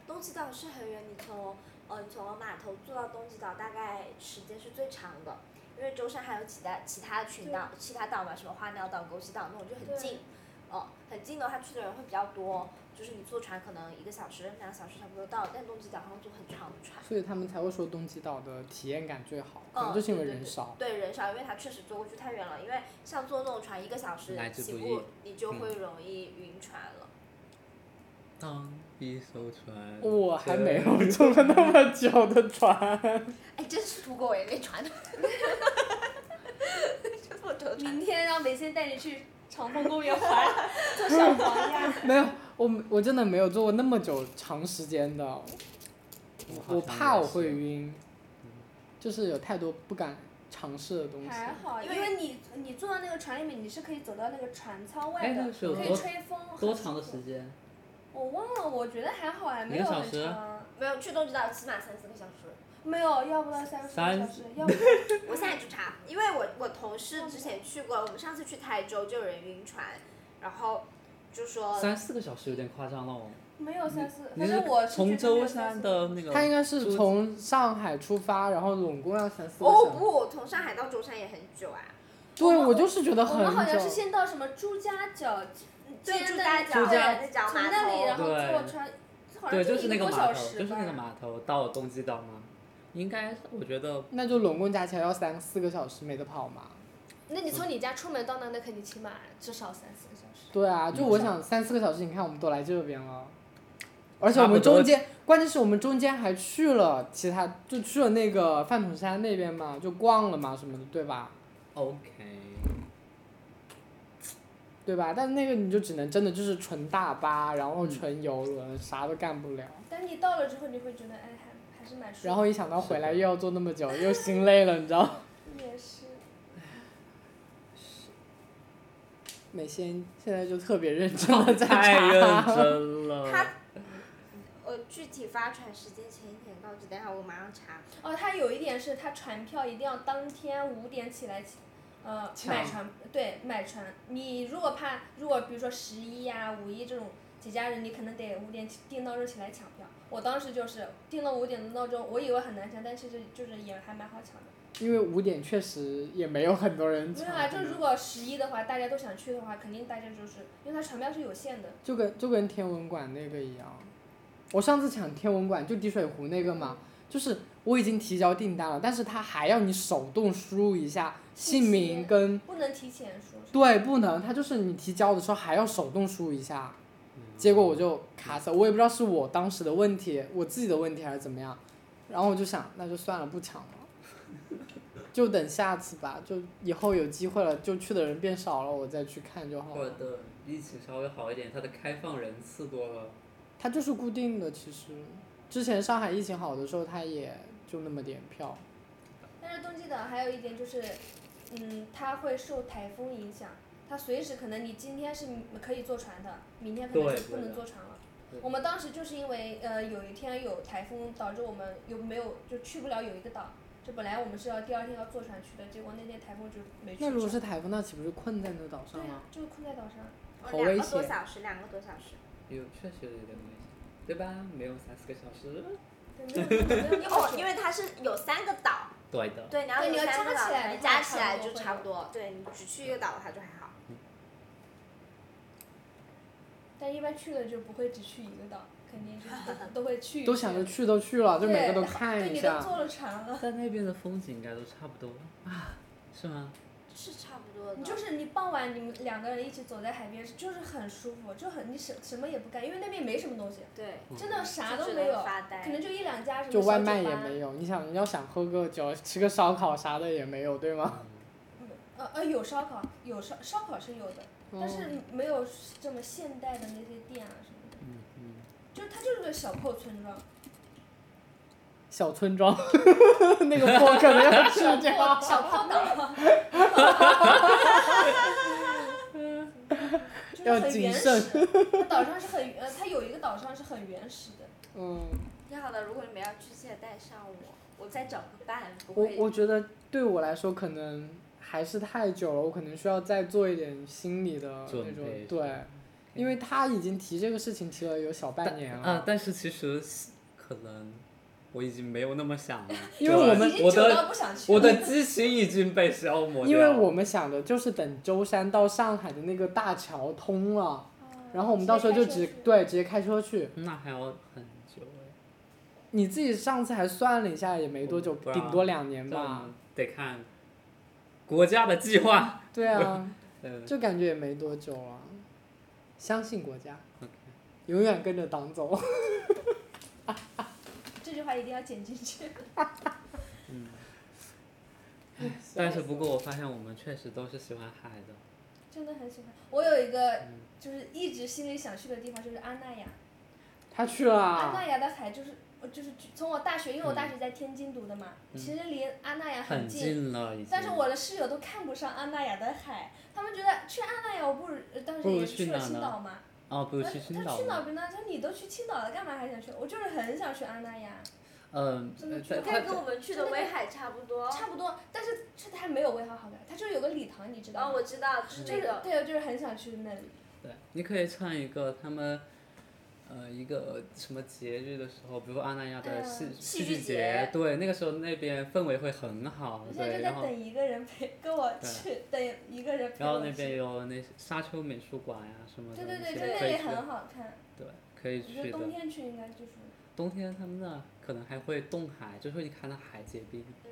东极岛是很远，你从呃你从码头坐到东极岛大概时间是最长的，因为舟山还有其他其他群岛、其他岛嘛，什么花鸟岛、枸杞岛那种就很
对
近，哦、很近的话去的人会比较多，就是你坐船可能一个小时、两个小时差不多到，但东极岛好像坐很长的船，
所以他们才会说东极岛的体验感最好，可
嗯
能就是因为
对对
人少。
对人少，因为它确实坐过去太远了，因为像坐那种船一个小时
来之
起
不
步
易，嗯
你就会容易晕船了。
当一艘船。
我还没
哦对。
有 坐了那么久的船，
哎，真是土狗也没船， 就这么折腾。
明天让梅森带你去长风公 园玩，坐小黄 鸭。
没有，我我真的没有坐过那么久长时间的，
好
我
像
怕
也
我会
是
晕，嗯就是有太多不敢尝试的东西。
还好，因为你你坐到那个船里面，你是可以走到那个船舱外
哎
的，
那是有
可以
多
吹风。
多
很
长的
舒
时
服？
间？
我忘了，我觉得还好哎，没
一
有
个小
很
时啊
长，
没有去东极岛起码三四个小时。
没有，要不到三十个小
三
时，要不
我现在就查，因为我我同事之前去过，我们上次去台州就有人晕船，然后就说
三四个小时有点夸张了哦。
没有三四，
你
反正我是觉
从
得没
舟
有三
山
四
的那个？
他应该是从上海出发，然后拢共要三四个小
哦
时。
不，从上海到舟山也很久啊。
对，
我们
我就是觉得
我
很
们好像是
久。
先到什么朱家角，
对，
尖
住
的
大
那
角，
朱家
对角
从
码
那里然
头。
后坐
对
船，好像
对，就
一
是那个
多
码
小
头，
时
就是那个
吧。
码头到东极岛吗？应该，我觉得
那就拢共加起来要三四个小时，没得跑嘛。
那你
嗯
从你家出门到那，那肯定起码至少三四个小时。
对啊，就我
嗯
想三四个小时，你看我们都来这边了，而且
差
我们
不多
中间，关键是我们中间还去了其他，就去了那个饭桶山那边嘛，就逛了嘛什么的，对吧？
OK。
对吧？但那个你就只能真的就是纯大巴，然
嗯
后纯游轮，啥都干不了。
但你到了之后，你会觉得哎，还还是蛮舒服。
然后一想到回来又要坐那么久，又心累了，你知道？
也是，
美仙现在就特别认真的在
太认真
查，呃
了。
他我具体发船时间前一天告知，等一下我马上查。
哦，它有一点是它船票一定要当天五点起来起。呃，
抢
买船对买船，你如果怕，如果比如说十一呀、五一这种节假日，你可能得五点起定闹钟起来抢票。我当时就是定了五点的闹钟，我以为很难抢，但其实就是也还蛮好抢的。
因为五点确实也没有很多人
没
抢
有啊，就如果十一的话，大家都想去的话，肯定大家就是因为它船票是有限的。
就跟就跟天文馆那个一样，我上次抢天文馆就滴水湖那个嘛，就是我已经提交订单了，但是他还要你手动输入一下
信
姓
息
名跟
不能提前说。是吧
对，不能，他就是你提交的时候还要手动输入一下，
嗯
结果我就卡死了，我也不知道是我当时的问题，我自己的问题还是怎么样，然后我就想那就算了，不抢了，就等下次吧，就以后有机会了，就去的人变少了，我再去看就好
或
了。
者疫情稍微好一点，它的开放人次多了，
它就是固定的，其实之前上海疫情好的时候，它也就那么点票。
但是冬季档还有一点就是，嗯，它会受台风影响，它随时可能你今天是可以坐船的，明天可能
对
就不
对
能
的
坐船了
对。
我们当时就是因为呃有一天有台风，导致我们有没有就去不了有一个岛，就本来我们是要第二天要坐船去的，结果那天台风就没去
那
成。
如果是台风，那岂不是困在那岛上
对呀、
吗？
就是困在岛上。
哦
好
两
危
个多
险
小时，两个多小时。
有确实有点危险，对吧？没有三四个小时，
对，没有没 有没有，
哦因
为
为它是有三个岛，
对的，
对，然后
对你
有
要
三个
加
岛
起来的话
加起来
差不
就
多
差
会
不多。对你只去一个岛的话就还好。
但一般去了就不会只去一个岛，肯定就是 都都会去一些。
都想着去都去了，就每个都
对
看
对，
一
你都
下。
坐了船 了，
但那边的风景应该都差不多啊，是吗？
是差不多
你就是你傍晚你们两个人一起走在海边，就是很舒服，就很你什什么也不干，因为那边没什么东西，
对，
真的啥都
嗯就
没
只
有
能，发
可
呆。
能就一两家什么
嗯就外
小酒
卖也
吧
没有，你想你要想喝个酒、吃个烧烤啥的也没有，对吗？
呃呃，有烧烤，有烧烧烤是有的，
哦
但是没有这么现代的那些店啊什么的，
嗯嗯，
就是它就是个小破村庄，
小村庄， 那个坡可能要去掉。
小泡岛，就是
要
很
谨
原
慎
始。它岛上是很呃，它有一个岛上是很原始的。
嗯，
挺好的，如果你们要去，记得带上我，我再找个伴，不
我
会。
我觉得对我来说可能还是太久了，我可能需要再做一点心理的那
准
种
备
对，因为他已经提这个事情提了有小半年
啊
了，，
但是其实可能我已经没有那么想了，
因为
对
我们
已经
我
久
的
到不想去
我
了。
的激情已经被消磨掉了，
因为我们想的就是等舟山到上海的那个大桥通了，然后我们到时候就直
嗯直接开车去
对直接开车去。
那还要很久哎，
你自己上次还算了一下，也没多久，
我不知道
顶多两年
这我
吧
们。得看国家的计划，
对啊，
嗯
就感觉也没多久了。相信国家，
，OK，
永远跟着党走。
这句话一定要剪进去。
嗯。
哎
但是不过我发现我们确实都是喜欢海的，
真的很喜欢。我有一个
嗯
就是一直心里想去的地方，就是安那亚。
他去了
安
啊，
那亚的海就是我就是从我大学，因为我大学在天津读的嘛，
嗯
其实离安那亚
很
哎近。
近了已经。
但是我的室友都看不上安那亚的海，他们觉得去安那亚，我不如呃当时
不如
也
去
去了
哪
青
呢
岛嘛。
哦，不
那
是
哎
去
他
青岛
去
吗？
哪边呢？他说你都去青岛了，干嘛还想去？我就是很想去安那亚，
嗯，
真的
呃
去
在
过
它
该跟我们去的威海差不多。
差不多，但是这它没有威海好看，它就是有个礼堂，你知
哦，
道吗？
我知道，就是
就
这
是
个。
对，就是很想去那里。
对，你可以唱一个他们，呃，一个什么节日的时候，比如安那亚的
嗯
戏、
戏剧
剧
节
对，那个时候那边氛围会很好
我，现在
哦对，
就在
然后
等一个人陪跟我去，等一个人陪
然后
我
那边
去。
有那沙丘美术馆呀、什么的，
对对对，
你
就
现在
那
可以
里
去，
很好看，
对，可以
我觉
去的
得冬。天去应该就是。
冬天他们那可能还会冻海，就是你看到海结冰，
嗯，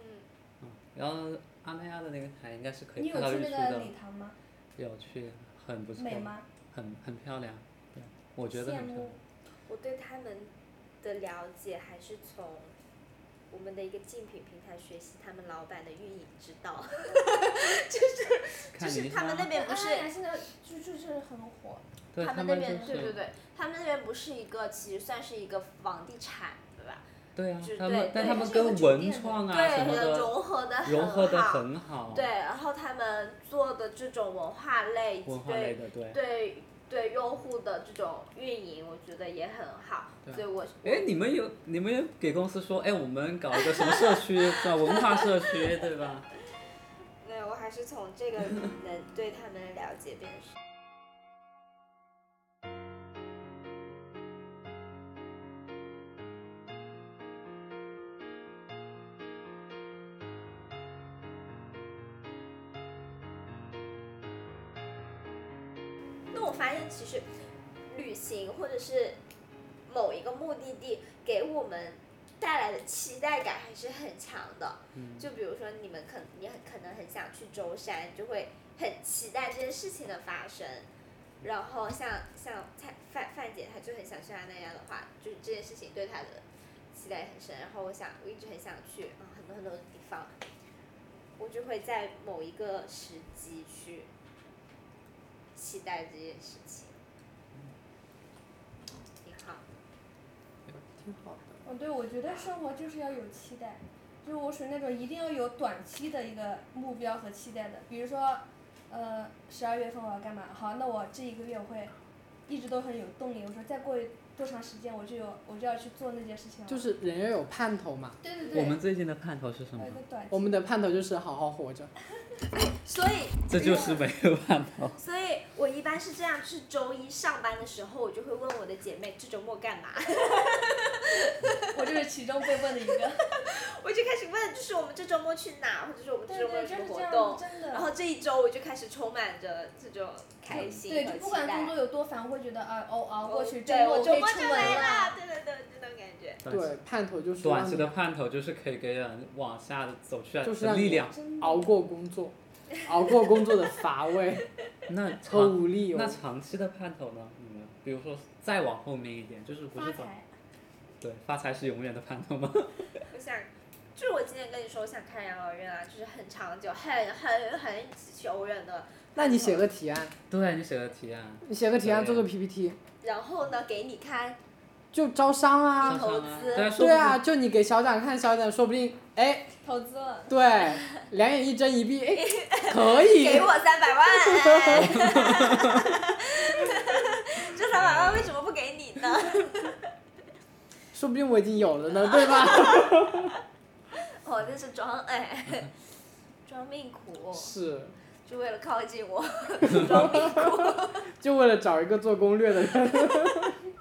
嗯，然后安那亚的那个海应该是可
你
以
有
看到
去
日出
那个
的，
礼堂吗？
有去，很不错，
美吗？
很很漂亮，对，我觉得
羡
很漂亮
慕。。
我对他们的了解还是从我们的一个竞品平台学习他们老板的运营之道， 就
看
是
泥
他们那
沙，
边不是
安雅现在就就是很火，
对
他
他
们那
们
边
就
对对
是，
对，他们那边不是一个，其实算是一个房地产，对吧？
对啊
就，
他
对
们但
对
他
它
们
是一个
跟
酒
文
店的
创啊什么
对，
的
融合的
融合的
好。
很好，
对，然后他们做的这种文化类，
文化类
对
的对。
对对用户的这种运营，我觉得也很好。
对
所以我
哎，你们有你们有给公司说，哎，我们搞一个什么社区，对吧？文化社区，对吧？
对，我还是从这个能对他们的了解变少。那我发现其实旅行或者是某一个目的地给我们带来的期待感还是很强的。
嗯
就比如说你们可你很可能很想去舟山，你就会很期待这件事情的发生。然后像像蔡范范姐，她就很想去她那样的话，就是这件事情对她的期待也很深。然后我想我一直很想去啊、很多很多的地方，我就会在某一个时机去期待这件事情。挺好，
挺好的。
嗯，对，我觉得生活就是要有期待，就是我属于那种一定要有短期的一个目标和期待的，比如说，呃，十二月份我要干嘛？好，那我这一个月我会一直都很有动力。我说再过多长时间我就有我就要去做那件事情了。
就是人要有盼头嘛，
对对对，呃
我们最近的盼头是什么
有一？个短期。
我们的盼头就是好好活着。
所以
这就是没有盼头。
所以我一般是这样，就是周一上班的时候，我就会问我的姐妹这周末干嘛，
我就是其中被问的 一个。
我就开始问，就是我们这周末去哪，或者是我们这
对
周末
对，
有什么
就是这
活
样
动
子，。真的。
然后这一周我就开始充满着这种开心
对，
和
就
期
不管
待
工作有多烦，我会觉得啊，哦，熬过去，周
对
末
我
可
周
以
末
出
就
门
来
了。
啦，对对对，这种感觉。
对，盼头就是
短
让
期
你
的盼头就是可以给人往下走去啊
就是
的
让你
力量。
真的
熬过工作， 熬过工作的乏味
那
和
长
无力
那
哦。
长期的盼头呢？你们比如说再往后面一点，就是不
发
是走
财，
对发财是永远的盼头 吗？
我想，就是我今天跟你说，我想看养老院啊，就是很长久、很很很久远的。
那你写个提案，
对你写的啊提案，
你写个提案，
对
做个 PPT，
然后呢，给你看，
就招商
上
啊。
上
投
啊
资
对啊，说
对
不
啊，
定
就你给小展看，小展说不定，哎，
投资了。
对，两眼一睁一闭，哎，可以。
给我三百万。这三百万为什么不给你呢？
说不定我已经有了呢，对吧？
我这哦是装哎，装命苦，
是，
就为了靠近我，装命苦。
就为了找一个做攻略的人。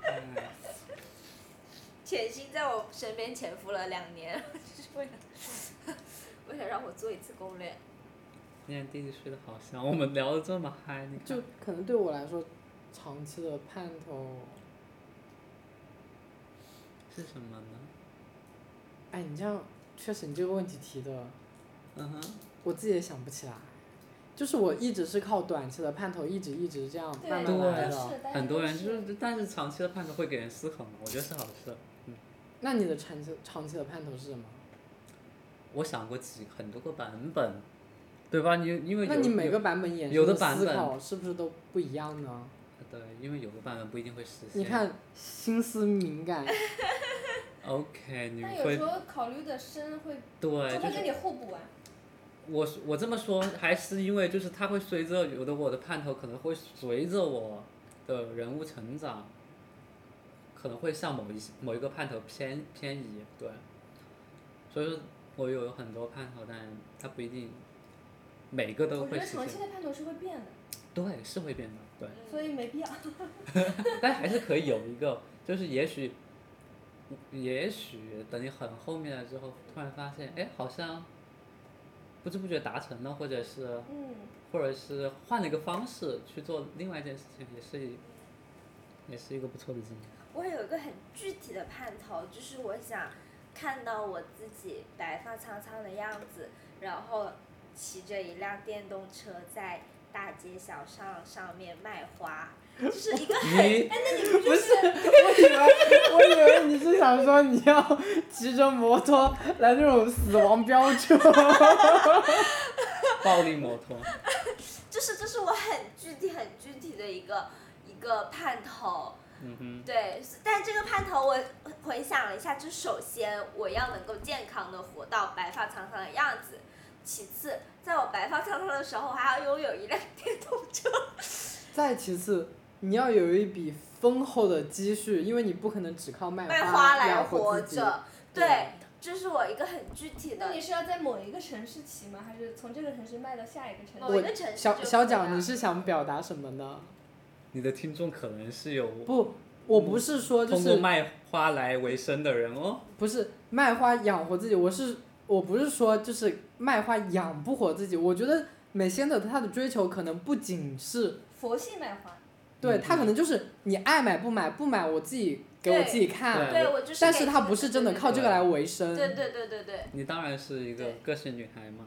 哎
潜心在我身边潜伏了两年，就是为了 为了让我做一次攻略。
今天弟弟睡得好香，我们聊得这么嗨，你看
就可能对我来说，长期的盼头，
是什么呢？
哎，你这样确实你这个问题提的，
嗯哼，
我自己也想不起来。就是我一直是靠短期的盼头，一直一直这样
对，
慢慢
对啊
来的。
都是大家
很多
都
人就是，但是长期的盼头会给人思考嘛，我觉得是好事。
那你的长期长期的盼头是什么？
我想过几很多个版本，对吧？你因为
那
有
你每
有
个版本衍
有
生
的版
思
本
考是不是都不一样呢？
对，因为有的版本不一定会实现。
你看，心思敏感，
，OK，你
但有
会
时候考虑的深会，
对，
就
就
会
是
跟你互补啊。
我我这么说，还是因为就是它会随着有的我的盼头可能会随着我的人物成长，可能会向某一些某一个盼头偏偏移，对。所以说我有很多盼头，但它不一定每个都
我觉
会
得
实
长期
现，
的盼头是会变的，
对，是会变的，对。
嗯
所以没必要。
但还是可以有一个，就是也许，也许等你很后面了之后，突然发现，哎，好像不知不觉达成了，或者是
嗯，
或者是换了一个方式去做另外一件事情，也是一也是一个不错的经 验。
我有一个很具体的盼头，就是我想看到我自己白发苍苍的样子，然后骑着一辆电动车在大街小巷上面卖花，就是一个很
哎
你
不是，我以为我以为你是想说你要骑着摩托来那种死亡飙车，
暴力摩托，
就是这是我很具体很具体的一个一个盼头。
嗯哼，
对，是但这个盼头我回想了一下，就是首先我要能够健康的活到白发苍苍的样子，其次，在我白发苍苍的时候，还要拥有一辆电动车。
再其次，你要有一笔丰厚的积蓄，因为你不可能只靠卖
卖花来
养
活
活自己。
着，
对
对，这是我一个很具体
嗯那
的
你。是要在某一个城市骑吗？还是从这个城市卖到下一个城
某一
市？
个城市
小
就
小
可以
蒋，
了
你是想表达什么呢？
你的听众可能是有
不，我不是说就
通过
是
卖花来为生的人哦，
不是卖花养活自己，我是我不是说就是卖花养不活自己，我觉得美仙的她的追求可能不仅是
佛系卖花，
嗯
对他可能就是你爱买不买，不买我自己给我
对
自己看，
对我就是。
但是他不是真的靠这个来维生。
对。对对对对
你当然是一个
对
个性女孩嘛，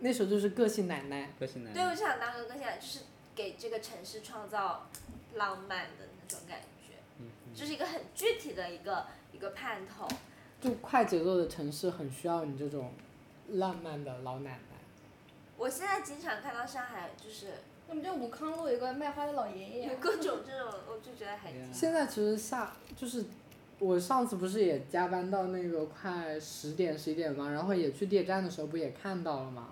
那时候就是个性奶奶，
个性男
对，我
人。
就想当个歌星，就是给这个城市创造浪漫的那种感觉，
嗯嗯
就是一个很具体的一个一个盼头。
就快节奏的城市很需要你这种浪漫的老奶奶。
我现在经常看到上海就是
那么就武康路有个卖花的老爷爷
有
啊，
各种这种，我就觉得还挺。
现在其实下就是我上次不是也加班到那个快十点十一点嘛，然后也去列站的时候不也看到了嘛，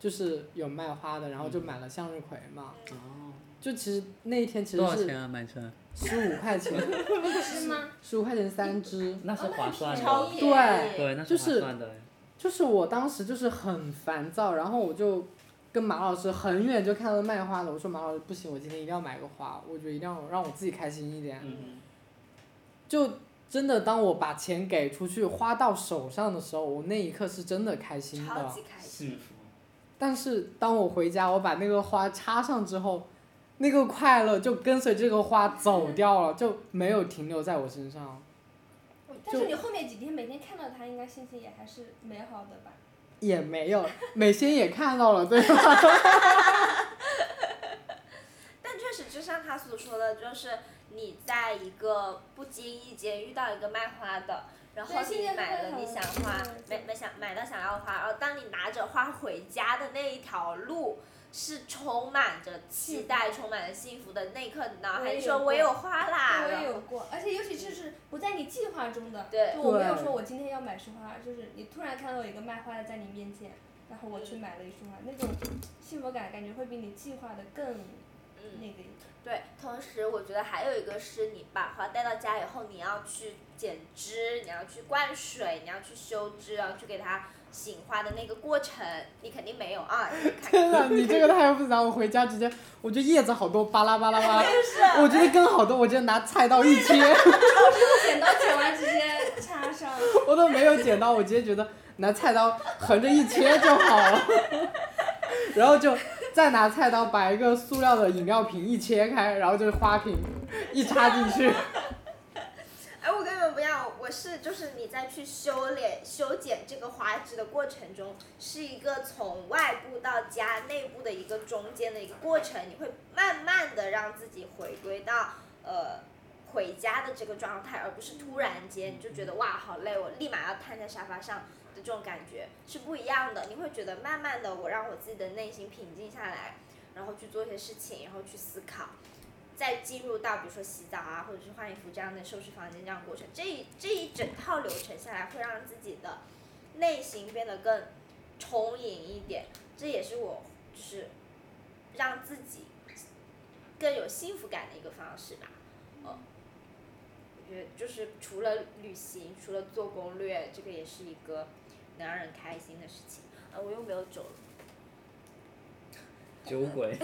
就是有卖花的，然后就
嗯
买了向日葵嘛。
嗯
哦，
就其实那一天其
多
实
少
是
钱啊，满城？
十五块钱，
是吗？
十五块钱三支。
那是划算
超
的，
便宜
对
对，那
就是
划
是
算的。
就是我当时就是很烦躁，然后我就跟马老师很远就看到卖花的，我说马老师不行，我今天一定要买个花，我觉得一定要让我自己开心一点。
嗯
就真的当我把钱给出去，花到手上的时候，我那一刻是真的开心
超
的。
级开心。
幸福。
但是当我回家，我把那个花插上之后，那个快乐就跟随这个花走掉了，就没有停留在我身上。
但是你后面几天每天看到他，应该心情也还是美好的吧？
也没有，美心也看到 了，对吧？
但确实，就像他所说的，就是你在一个不经意间遇到一个卖花的，然后
对现
你
在
买
会
了你
很
想花
嗯，
买买想买到想要花，然后当你拿着花回家的那一条路。是充满着期待、充满着幸福的那一刻，你脑
我
海
也
里
有
说“
过
我有花啦
我也有过，而且尤其是是不在你计划中的，
对
就我没有
对
说我今天要买束花，就是你突然看到有一个卖花的在你面前，然后我去买了一束花，那种幸福感感觉会比你计划的更
嗯
那个一点。”。
对，同时我觉得还有一个是你把花带到家以后，你要去剪枝，你要去灌水，你要去修枝，然后去给它醒花的那个过程，你肯定没有啊！你看
天哪，你这个太复杂，我回家直接，我觉得叶子好多，巴拉巴拉巴拉，我觉得更好多，我就拿菜刀一切，
剪刀剪完直接插上，
我都没有剪刀，我直接觉得拿菜刀横着一切就好了， 然后就再拿菜刀把一个塑料的饮料瓶一切开，然后就是花瓶一插进去，
哎，我跟你们不一样，我是就是你在去修炼、修剪这个花枝的过程中，是一个从外部到家内部的一个中间的一个过程，你会慢慢的让自己回归到呃回家的这个状态，而不是突然间你就觉得哇好累，我立马要瘫在沙发上的这种感觉是不一样的。你会觉得慢慢的，我让我自己的内心平静下来，然后去做一些事情，然后去思考。再进入到比如说洗澡啊，或者是换衣服这样的收拾房间这样的过程，这一这一整套流程下来，会让自己的内心变得更充盈一点。这也是我就是让自己更有幸福感的一个方式吧。嗯，我觉得就是除了旅行，除了做攻略，这个也是一个能让人开心的事情。呃，我又没有酒了，
酒 鬼，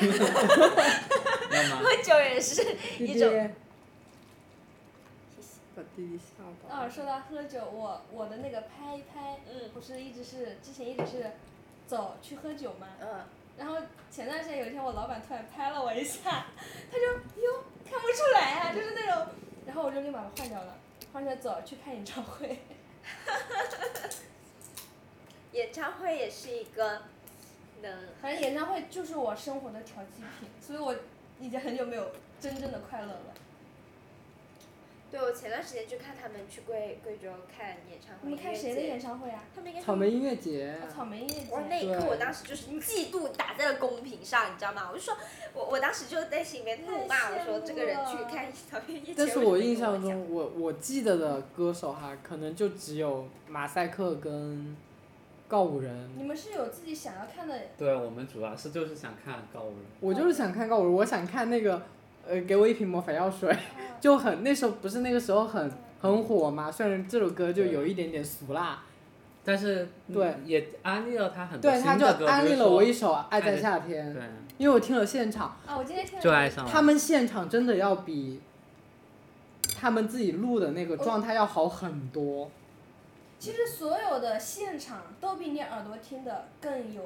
那么
酒也是一种
把弟弟吓到
啊，说到喝酒，我我的那个拍一拍，
嗯
不是一直是之前一直是走去喝酒嘛，
嗯，
然后前段时间有一天，我老板突然拍了我一下，他就哟看不出来啊，就是那种，然后我就立马换掉了，换掉走去看演唱会。
演唱会也是一个能。
反正演唱会就是我生活的调剂品，所以我已经很久没有真正的快乐了。
对，我前段时间去看他们去贵贵州看演唱会，
你们看谁的演？唱会啊？
他们应该是
草。莓音乐节，
哦草莓音乐节。
哇，那一刻
对
我当时就是嫉妒打在了公屏上，你知道吗？我就说，我我当时就在心里面怒骂，
太
我
羡
说
慕
这个人去
了
看小夜夜。
但是
为什么
我
没
印
跟我
象
讲，
中，我我记得的歌手哈，可能就只有马赛克跟告五人。
你们是有自己想要看 的，
对我们主要是就是想看高人。
我就是想看告五人，我想看那个，呃，给我一瓶魔法药水，
啊
就很那时候不是那个时候很很火嘛。虽然这首歌就有一点点俗辣，
但是
对
嗯也安利了他很多
对，
新
他就
的歌，
安利了我一首《爱
爱
在
在
夏
比
天
如》，说
因为我听了现场，
啊！我今天
对，
听了
就爱上了。
他们现场真的要比他们自己录的那个
哦
状态要好很多。
其实所有的现场都比你耳朵听的更有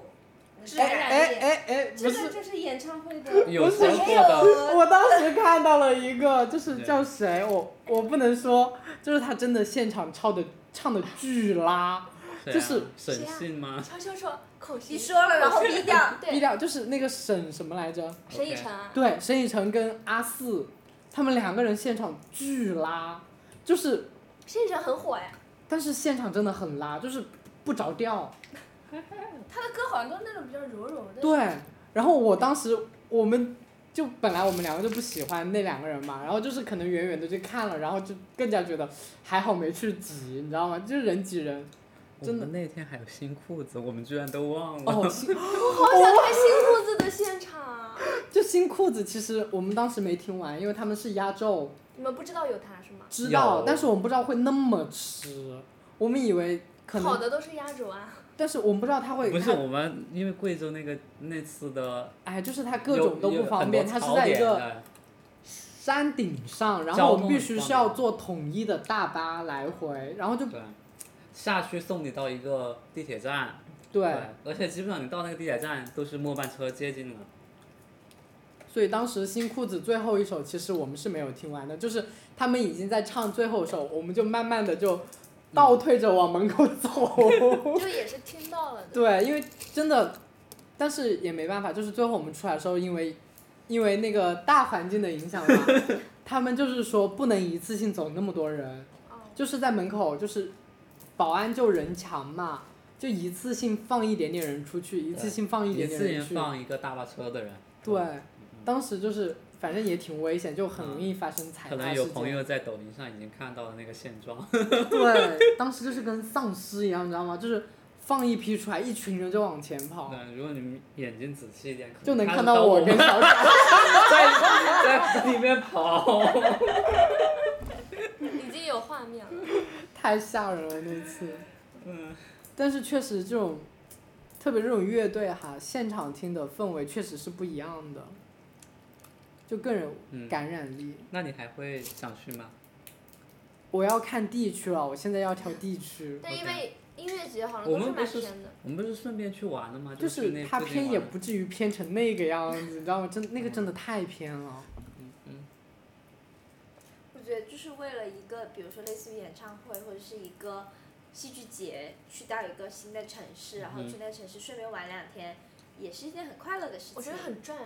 是
哎
感染
哎
力。
哎哎，不
这
是
个就是演唱会的，
有
不是
听过的。啊
我当时看到了一个，就是叫谁，我我不能说，就是他真的现场唱的唱的巨拉，
谁啊
就是
沈信吗？
悄悄说口型。
你说了，然后低
嗯
调。
对
低调就是那个沈什么来着？
沈以诚啊，
对，沈以诚跟阿四，他们两个人现场巨拉，就是
沈以诚很火呀，
但是现场真的很拉，就是不着调。
他的歌好像都是那种比较柔柔的。
对，然后我当时我们就本来我们两个就不喜欢那两个人嘛，然后就是可能远远的就看了，然后就更加觉得还好没去挤，你知道吗？就是人挤人。
我
真的
们那天还有新裤子，我们居然都忘了。
哦，新
好想看新裤子的现场啊！
就新裤子，其实我们当时没听完，因为他们是压轴，
你们不知道有他是吗？
知道，
有
但是我们不知道会那么吃，我们以为可
好
能，
的都是压轴啊，
但是我们不知道他会
不是
他
我们，因为贵州那个那次的
哎，就是他各
有
种都
有
不方
很多
便，他是
槽
在一
点
个
的
山顶上，然
交
后我们
通
必
很
须
方
是要
便
坐统一的大巴来回，然后就
对，下去送你到一个地铁站，
对，
而且基本上你到那个地铁站都是末班车接近了，
所以当时新裤子最后一首，其实我们是没有听完的，就是他们已经在唱最后一首，我们就慢慢的
嗯
就倒退着往门口走。
就也是听到了的。
对，因为真的，但是也没办法，就是最后我们出来的时候，因为因为那个大环境的影响嘛， 他们就是说不能一次性走那么多人，
哦
就是在门口就是保安就人墙嘛，就一次性放一点点人出去，一次性放一
一
点点
次
人
性
去。
放一个大巴车的人，
对，当时就是反正也挺危险，就很容易发生踩
可
踏
能
事
有
件。
朋友在抖音上已经看到了那个现状，
对，当时就是跟丧尸一样，你知道吗？就是放一批出来，一群人就往前跑，
对，如果你们眼睛仔细一点，可
哦就能
看
看
到
我
们
跟小贾。
在在里面 跑。
已经有画面了。
太吓人了那次。
嗯
但是确实这种，特别这种乐队哈，现场听的氛围确实是不一样的，就更有
嗯，
感染力。
那你还会想去吗？
我要看地区了，我现在要挑地区。
但因为音乐节好像
我
都
们
是蛮
不是
偏的，
我们不是顺便去玩了吗？
就
去
是
那
它
附近
偏
玩
也
了
不至于偏成那个样子，你知道吗？真那个真的太偏了。
嗯嗯，
我觉得就是为了一个，比如说类似于演唱会或者是一个戏剧节，去到一个新的城市，然后
嗯
去那城市顺便玩两天，也是一件很快乐的事情。
我觉得很赚，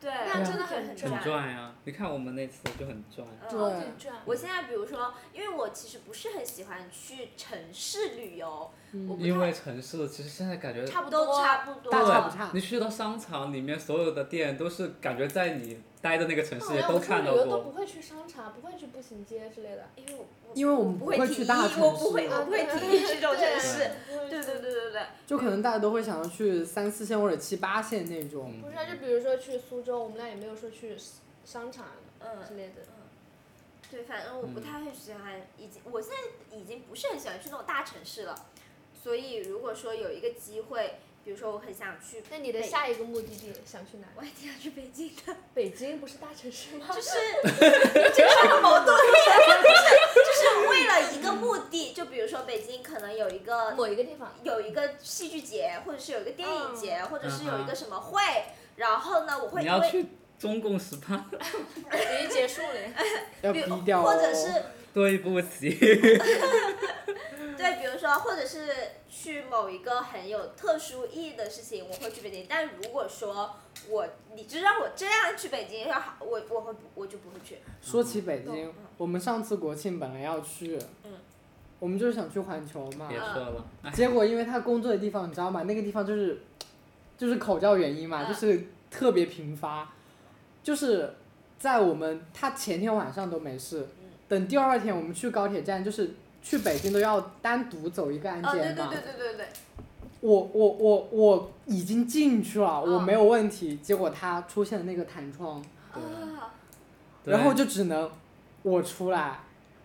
对，
那
真
的很
很
赚
很赚呀、你看我们那次就很赚，
嗯
对
超级赚。
我现在比如说，因为我其实不是很喜欢去城市旅游，
嗯
我不
因为城市其实现在感觉
差不多
都差不多。
大差不
对
差
你去到商场里面，所有的店都是感觉在你待的那个城市
好
也
像我出
看
旅
到
游都不
过。
会去商场，不会去步行街之类的。
因为我我
因为我们
不
不
会
会
提
去
议
大城
我不会，
市
我不
啊
会提议去这种城市。对对对对对，
就可能大家都会想要去三四线或者七八线那种。
嗯
不是啊，就比如说去苏州，我们俩也没有说去商场之
嗯，
类的。
对，反正
嗯
我不太会喜欢，已经我现在已经不是很喜欢去那种大城市了，所以如果说有一个机会，比如说我很想去，
那你的
北
下一个目的地想去哪？
我一定要去北京的，
北京不是大城市吗？
就是 这是个矛盾，就是就是为了一个目的，就比如说北京可能有一个
某一个地方。
有一个戏剧节，或者是有一个电影节，或者是有一
嗯
个
哼
什么会，然后呢，我会
你
因
要
为
去中共十八，
已经结束 了，
要
比
低
如
调哦。
或者是
对不起。
对，比如说或者是去某一个很有特殊意义的事情，我会去北京。但如果说我你就让我这样去北京，要好我我会不我就不会去。
说起北
嗯
京，我们上次国庆本来要去，
嗯
我们就是想去环球嘛
别，说了，哎，
结果因为他工作的地方你知道吗？那个地方就是就是口罩原因嘛，
嗯
就是特别频发，就是在我们他前天晚上都没事，
嗯
等第二天我们去高铁站就是。去北京都要单独走一个安
哦，对
检
对
嘛，
对对对对，
我我我我已经进去了，我
嗯
没有问题。结果他出现了那个弹窗，
对
啊，
对
然后就只能我出来，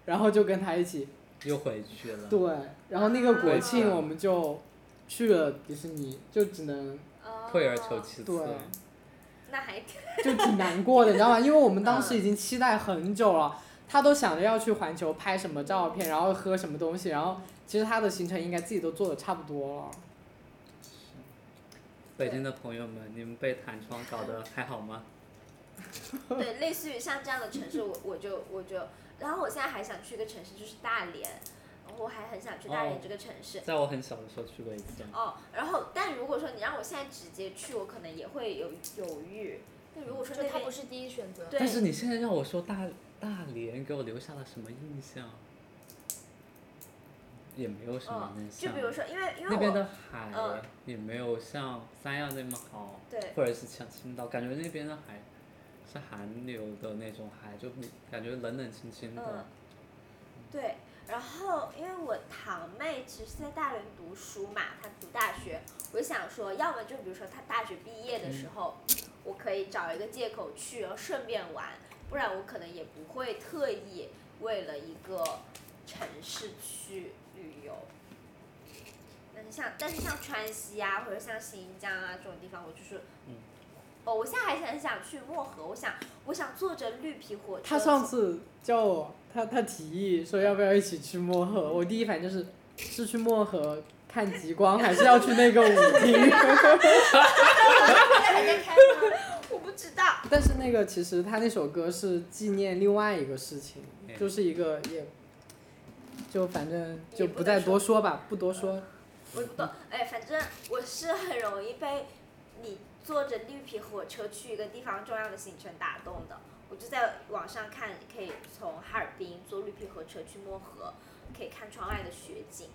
然后就跟他一起
又回去了。
对。然后那个国庆
哎
啊
我们就去了迪士尼，就只能
哦
退而求其次，
对
那还挺
就挺难过的，你知道吗？因为我们当时已经期待很久了，他都想着要去环球拍什么照片，然后喝什么东西，然后其实他的行程应该自己都做的差不多了。
北京的朋友们，你们被弹窗搞得还好吗？
对，类似于像这样的城市，我我就我就，然后我现在还想去一个城市，就是大连，然后我还很想去大
哦
连这个城市。
在我很小的时候去过一次，
哦，然后但如果说你让我现在直接去，我可能也会有犹豫。但如果说
就
那
他不
边
是第一选择。
但
对，
是你现在让我说大大连，给我留下了什么印象？也没有什么
哦
嗯
印，
就
象。
比如说，因为因
那
为
边
我
的海
嗯
也没有像三亚那么好，
对
或者是像青岛，感觉那边的海是寒流的那种海，就比感觉冷冷清清的
嗯。对，然后因为我堂妹其实在大连读书嘛，她读大学，我就想说，要么就比如说她大学毕业的时候，我可以找一个借口去，然后顺便玩，不然我可能也不会特意为了一个城市去旅游。但是像但是像川西啊，或者像新疆啊这种地方，我就是，
嗯
哦，我现在还是很想去漠河，我想我想坐着绿皮火车。
他上次叫我，他他提议说要不要一起去漠河，我第一反应就是是去漠河看极光，还是要去那个舞厅？
还在开吗？
我不知道，
但是那个其实他那首歌是纪念另外一个事情，
嗯
就是一个也，就反正就
也不
不再
能
多说吧，不多说。
我也不懂，哎，反正我是很容易被你坐着绿皮火车去一个地方重要的行程打动的。我就在网上看，可以从哈尔滨坐绿皮火车去漠河，可以看窗外的雪景，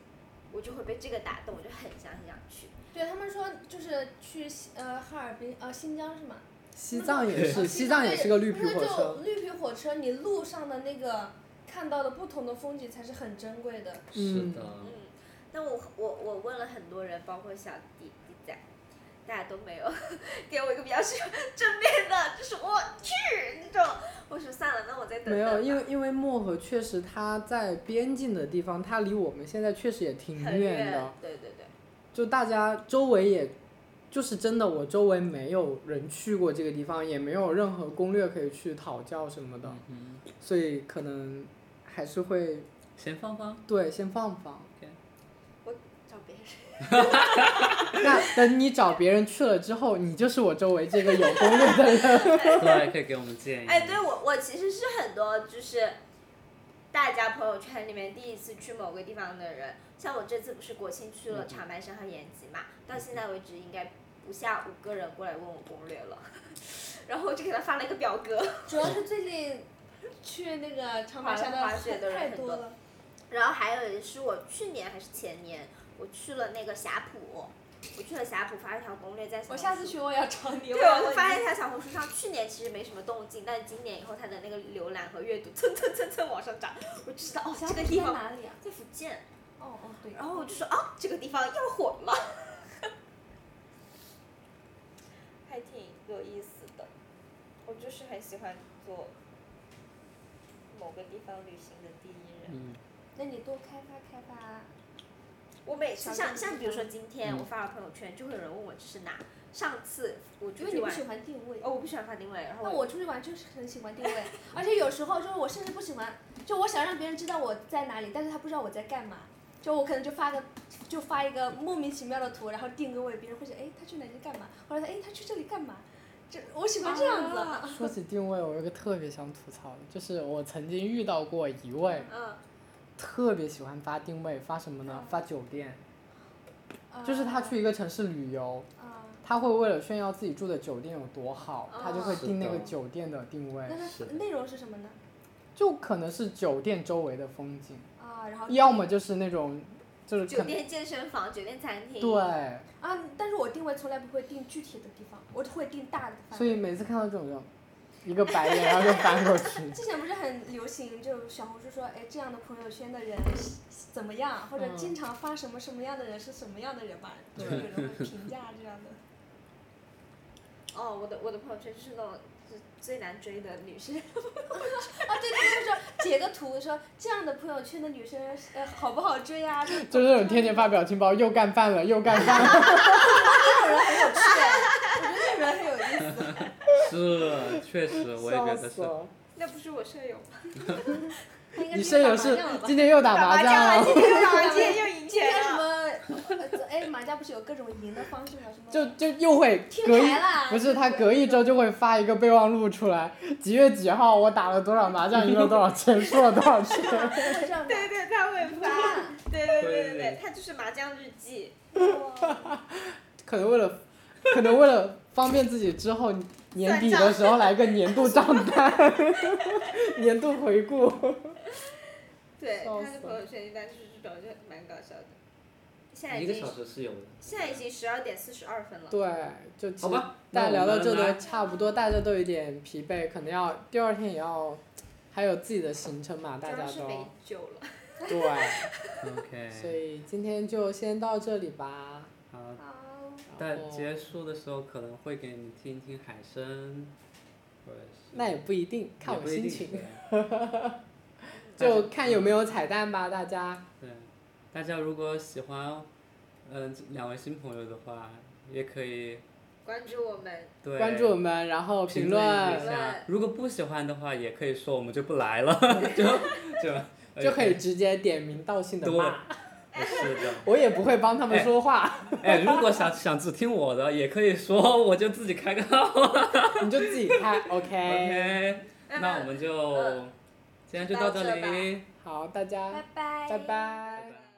我就会被这个打动，我就很想很想去。
对他们说，就是去西呃哈尔滨呃新疆是吗？
西藏也
啊
是，西藏也是个绿皮火
不是就
车，
绿皮火车，你路上的那个看到的不同的风景才是很珍贵的。
是
嗯
的，
嗯，但我我我问了很多人，包括小弟弟仔，大家都没有 给我一个比较是正面的，就是我去那种。我说算了，那我再等
没
等吧。
有，因为因为漠河确实它在边境的地方，它离我们现在确实也挺
很
远的，
对对对，
就大家周围也，就是真的，我周围没有人去过这个地方，也没有任何攻略可以去讨教什么的，
嗯哼，
所以可能还是会
咸芳 芳，
对先放放。
找别人。
那等你找别人去了之后，你就是我周围这个有攻略的人。
对，可以给我们建议。
哎，对我我其实是很多就是大家朋友圈里面第一次去某个地方的人，像我这次不是国庆去了
嗯
长白山和延吉嘛，
嗯
到现在为止应该不下五个人过来问我攻略了， 然后我就给他发了一个表格，
主要是最近去那个长白山
滑雪的
的
人
太
很
多
多
了，
然后还有也是我去年还是前年我去了那个霞浦，我去了霞浦发了一条攻略在小
我
红
下次
书
去我也要找你。
对，
要
我
问
就发
你
现一下小红书上，去年其实没什么动静，但今年以后它的那个浏览和阅读蹭蹭蹭蹭往上涨，我就知道哦，
小
这个
虎
地
在
方
哪里啊？
在福建，
哦哦对。
然后我就说啊，这个地方要火了， 还挺有意思的。我就是很喜欢做某个地方旅行的第一人。
嗯，
那你多开发开发。
我每次
小
像
众
像
地
比如说
方
今天我
嗯
发了朋友圈，就会有人问我这是哪。上次我
因
出
为
去
你不
玩，
喜欢定位。
哦，我不喜欢发定位，然后
那我出去玩就是很喜欢 定位，而且有时候就是我甚至不喜欢，就我想让别人知道我在哪里，但是他不知道我在干嘛，就我可能就发个，就发一个莫名其妙的图，然后定个位，别人会想，哎，他去哪里干嘛？或者他哎，他去这里干嘛？这我喜欢这样子。
啊
说起定位，我有个特别想吐槽的，就是我曾经遇到过一位
嗯，
特别喜欢发定位，发什么呢？发酒店，
啊
就是他去一个城市旅游，
啊，
他会为了炫耀自己住的酒店有多好，他就会
是
定那个
的
酒店哎的定位
那，
是
他
的
内容是什么呢？
就可能是酒店周围的风景，
啊，然后
要么就是那种就是
酒
可
店健身房、酒店餐厅，
对，
啊，但是我定位从来不会定具体的地方，我只会定大的范
所
围。。
以每次看到这种就一个白眼，然后就翻过去
之前不是很流行，就小红书说，哎，这样的朋友圈的人是怎么样，或者
嗯
经常发什么什么样的人是什么样的人吧，就
对
有人会评价这样的。
哦，我的我的朋友圈就是那种就是最难追的女生，
啊，对，他就说截个图说这样的朋友圈的女生，呃，好不好追啊？就是
就这种天天发表情包，又干饭了，又干饭了。
这种人很有趣，啊我觉得这种人很有意思。
嗯是，确实， 我也觉
笑
得
死
是。
了！
那不是我舍友吗？
他应该
你
去
舍
打
友
麻
是
将了吧啊
今天又打麻将啊
了，
了？
今天又打麻将又赢
今
钱
天什
了。
么？呃哎，麻将家不是有各种赢的方式吗？什么
就就又会
听
隔一
牌啦
不是他隔一周就会发一个备忘录出来，几月几号我打了多少麻将，赢了多少钱，输了多少钱。
这样
对对，他会发，对对对对
会
对，他就是麻将日记。
可能为了，可能为了方便自己之后年底
算
的时候来个年度账单， 年度回顾。
对，
笑
他的
死
朋友圈一般就是这种，就蛮搞笑的。现在
一
已
个
经
小时是有的。
现在已经十二点四十二分了。
对，就其
好吧，那
大
我
家聊到
们
这
来
都差不多，大家都有点疲惫，可能要第二天也要，还有自己的行程嘛，
主
大家
要是
都
没酒了。
对，所
OK，
以今天就先到这里吧。
好，
好，
然
但
后
结束的时候可能会给你们听一听海声，或者是
那也不一定，看
也
我
不一
心
定
情，
对
就看有没有彩蛋吧，大家。
对，大家如果喜欢，嗯、两位新朋友的话，也可以
关注我们，
对
关注我们，然后评
评论一
论，
下
论。
如果不喜欢的话，也可以说我们就不来 了，就就
就可以直接点名道姓的
对，
骂。
是的。
我也不会帮他们说话，
哎，如果想想只听我的，也可以说，我就自己开个号。
你就自己看，OK。
OK，那我们就
嗯
今天就到这
就到这嗯
里，
好，大家
拜拜，
拜
拜
拜
拜。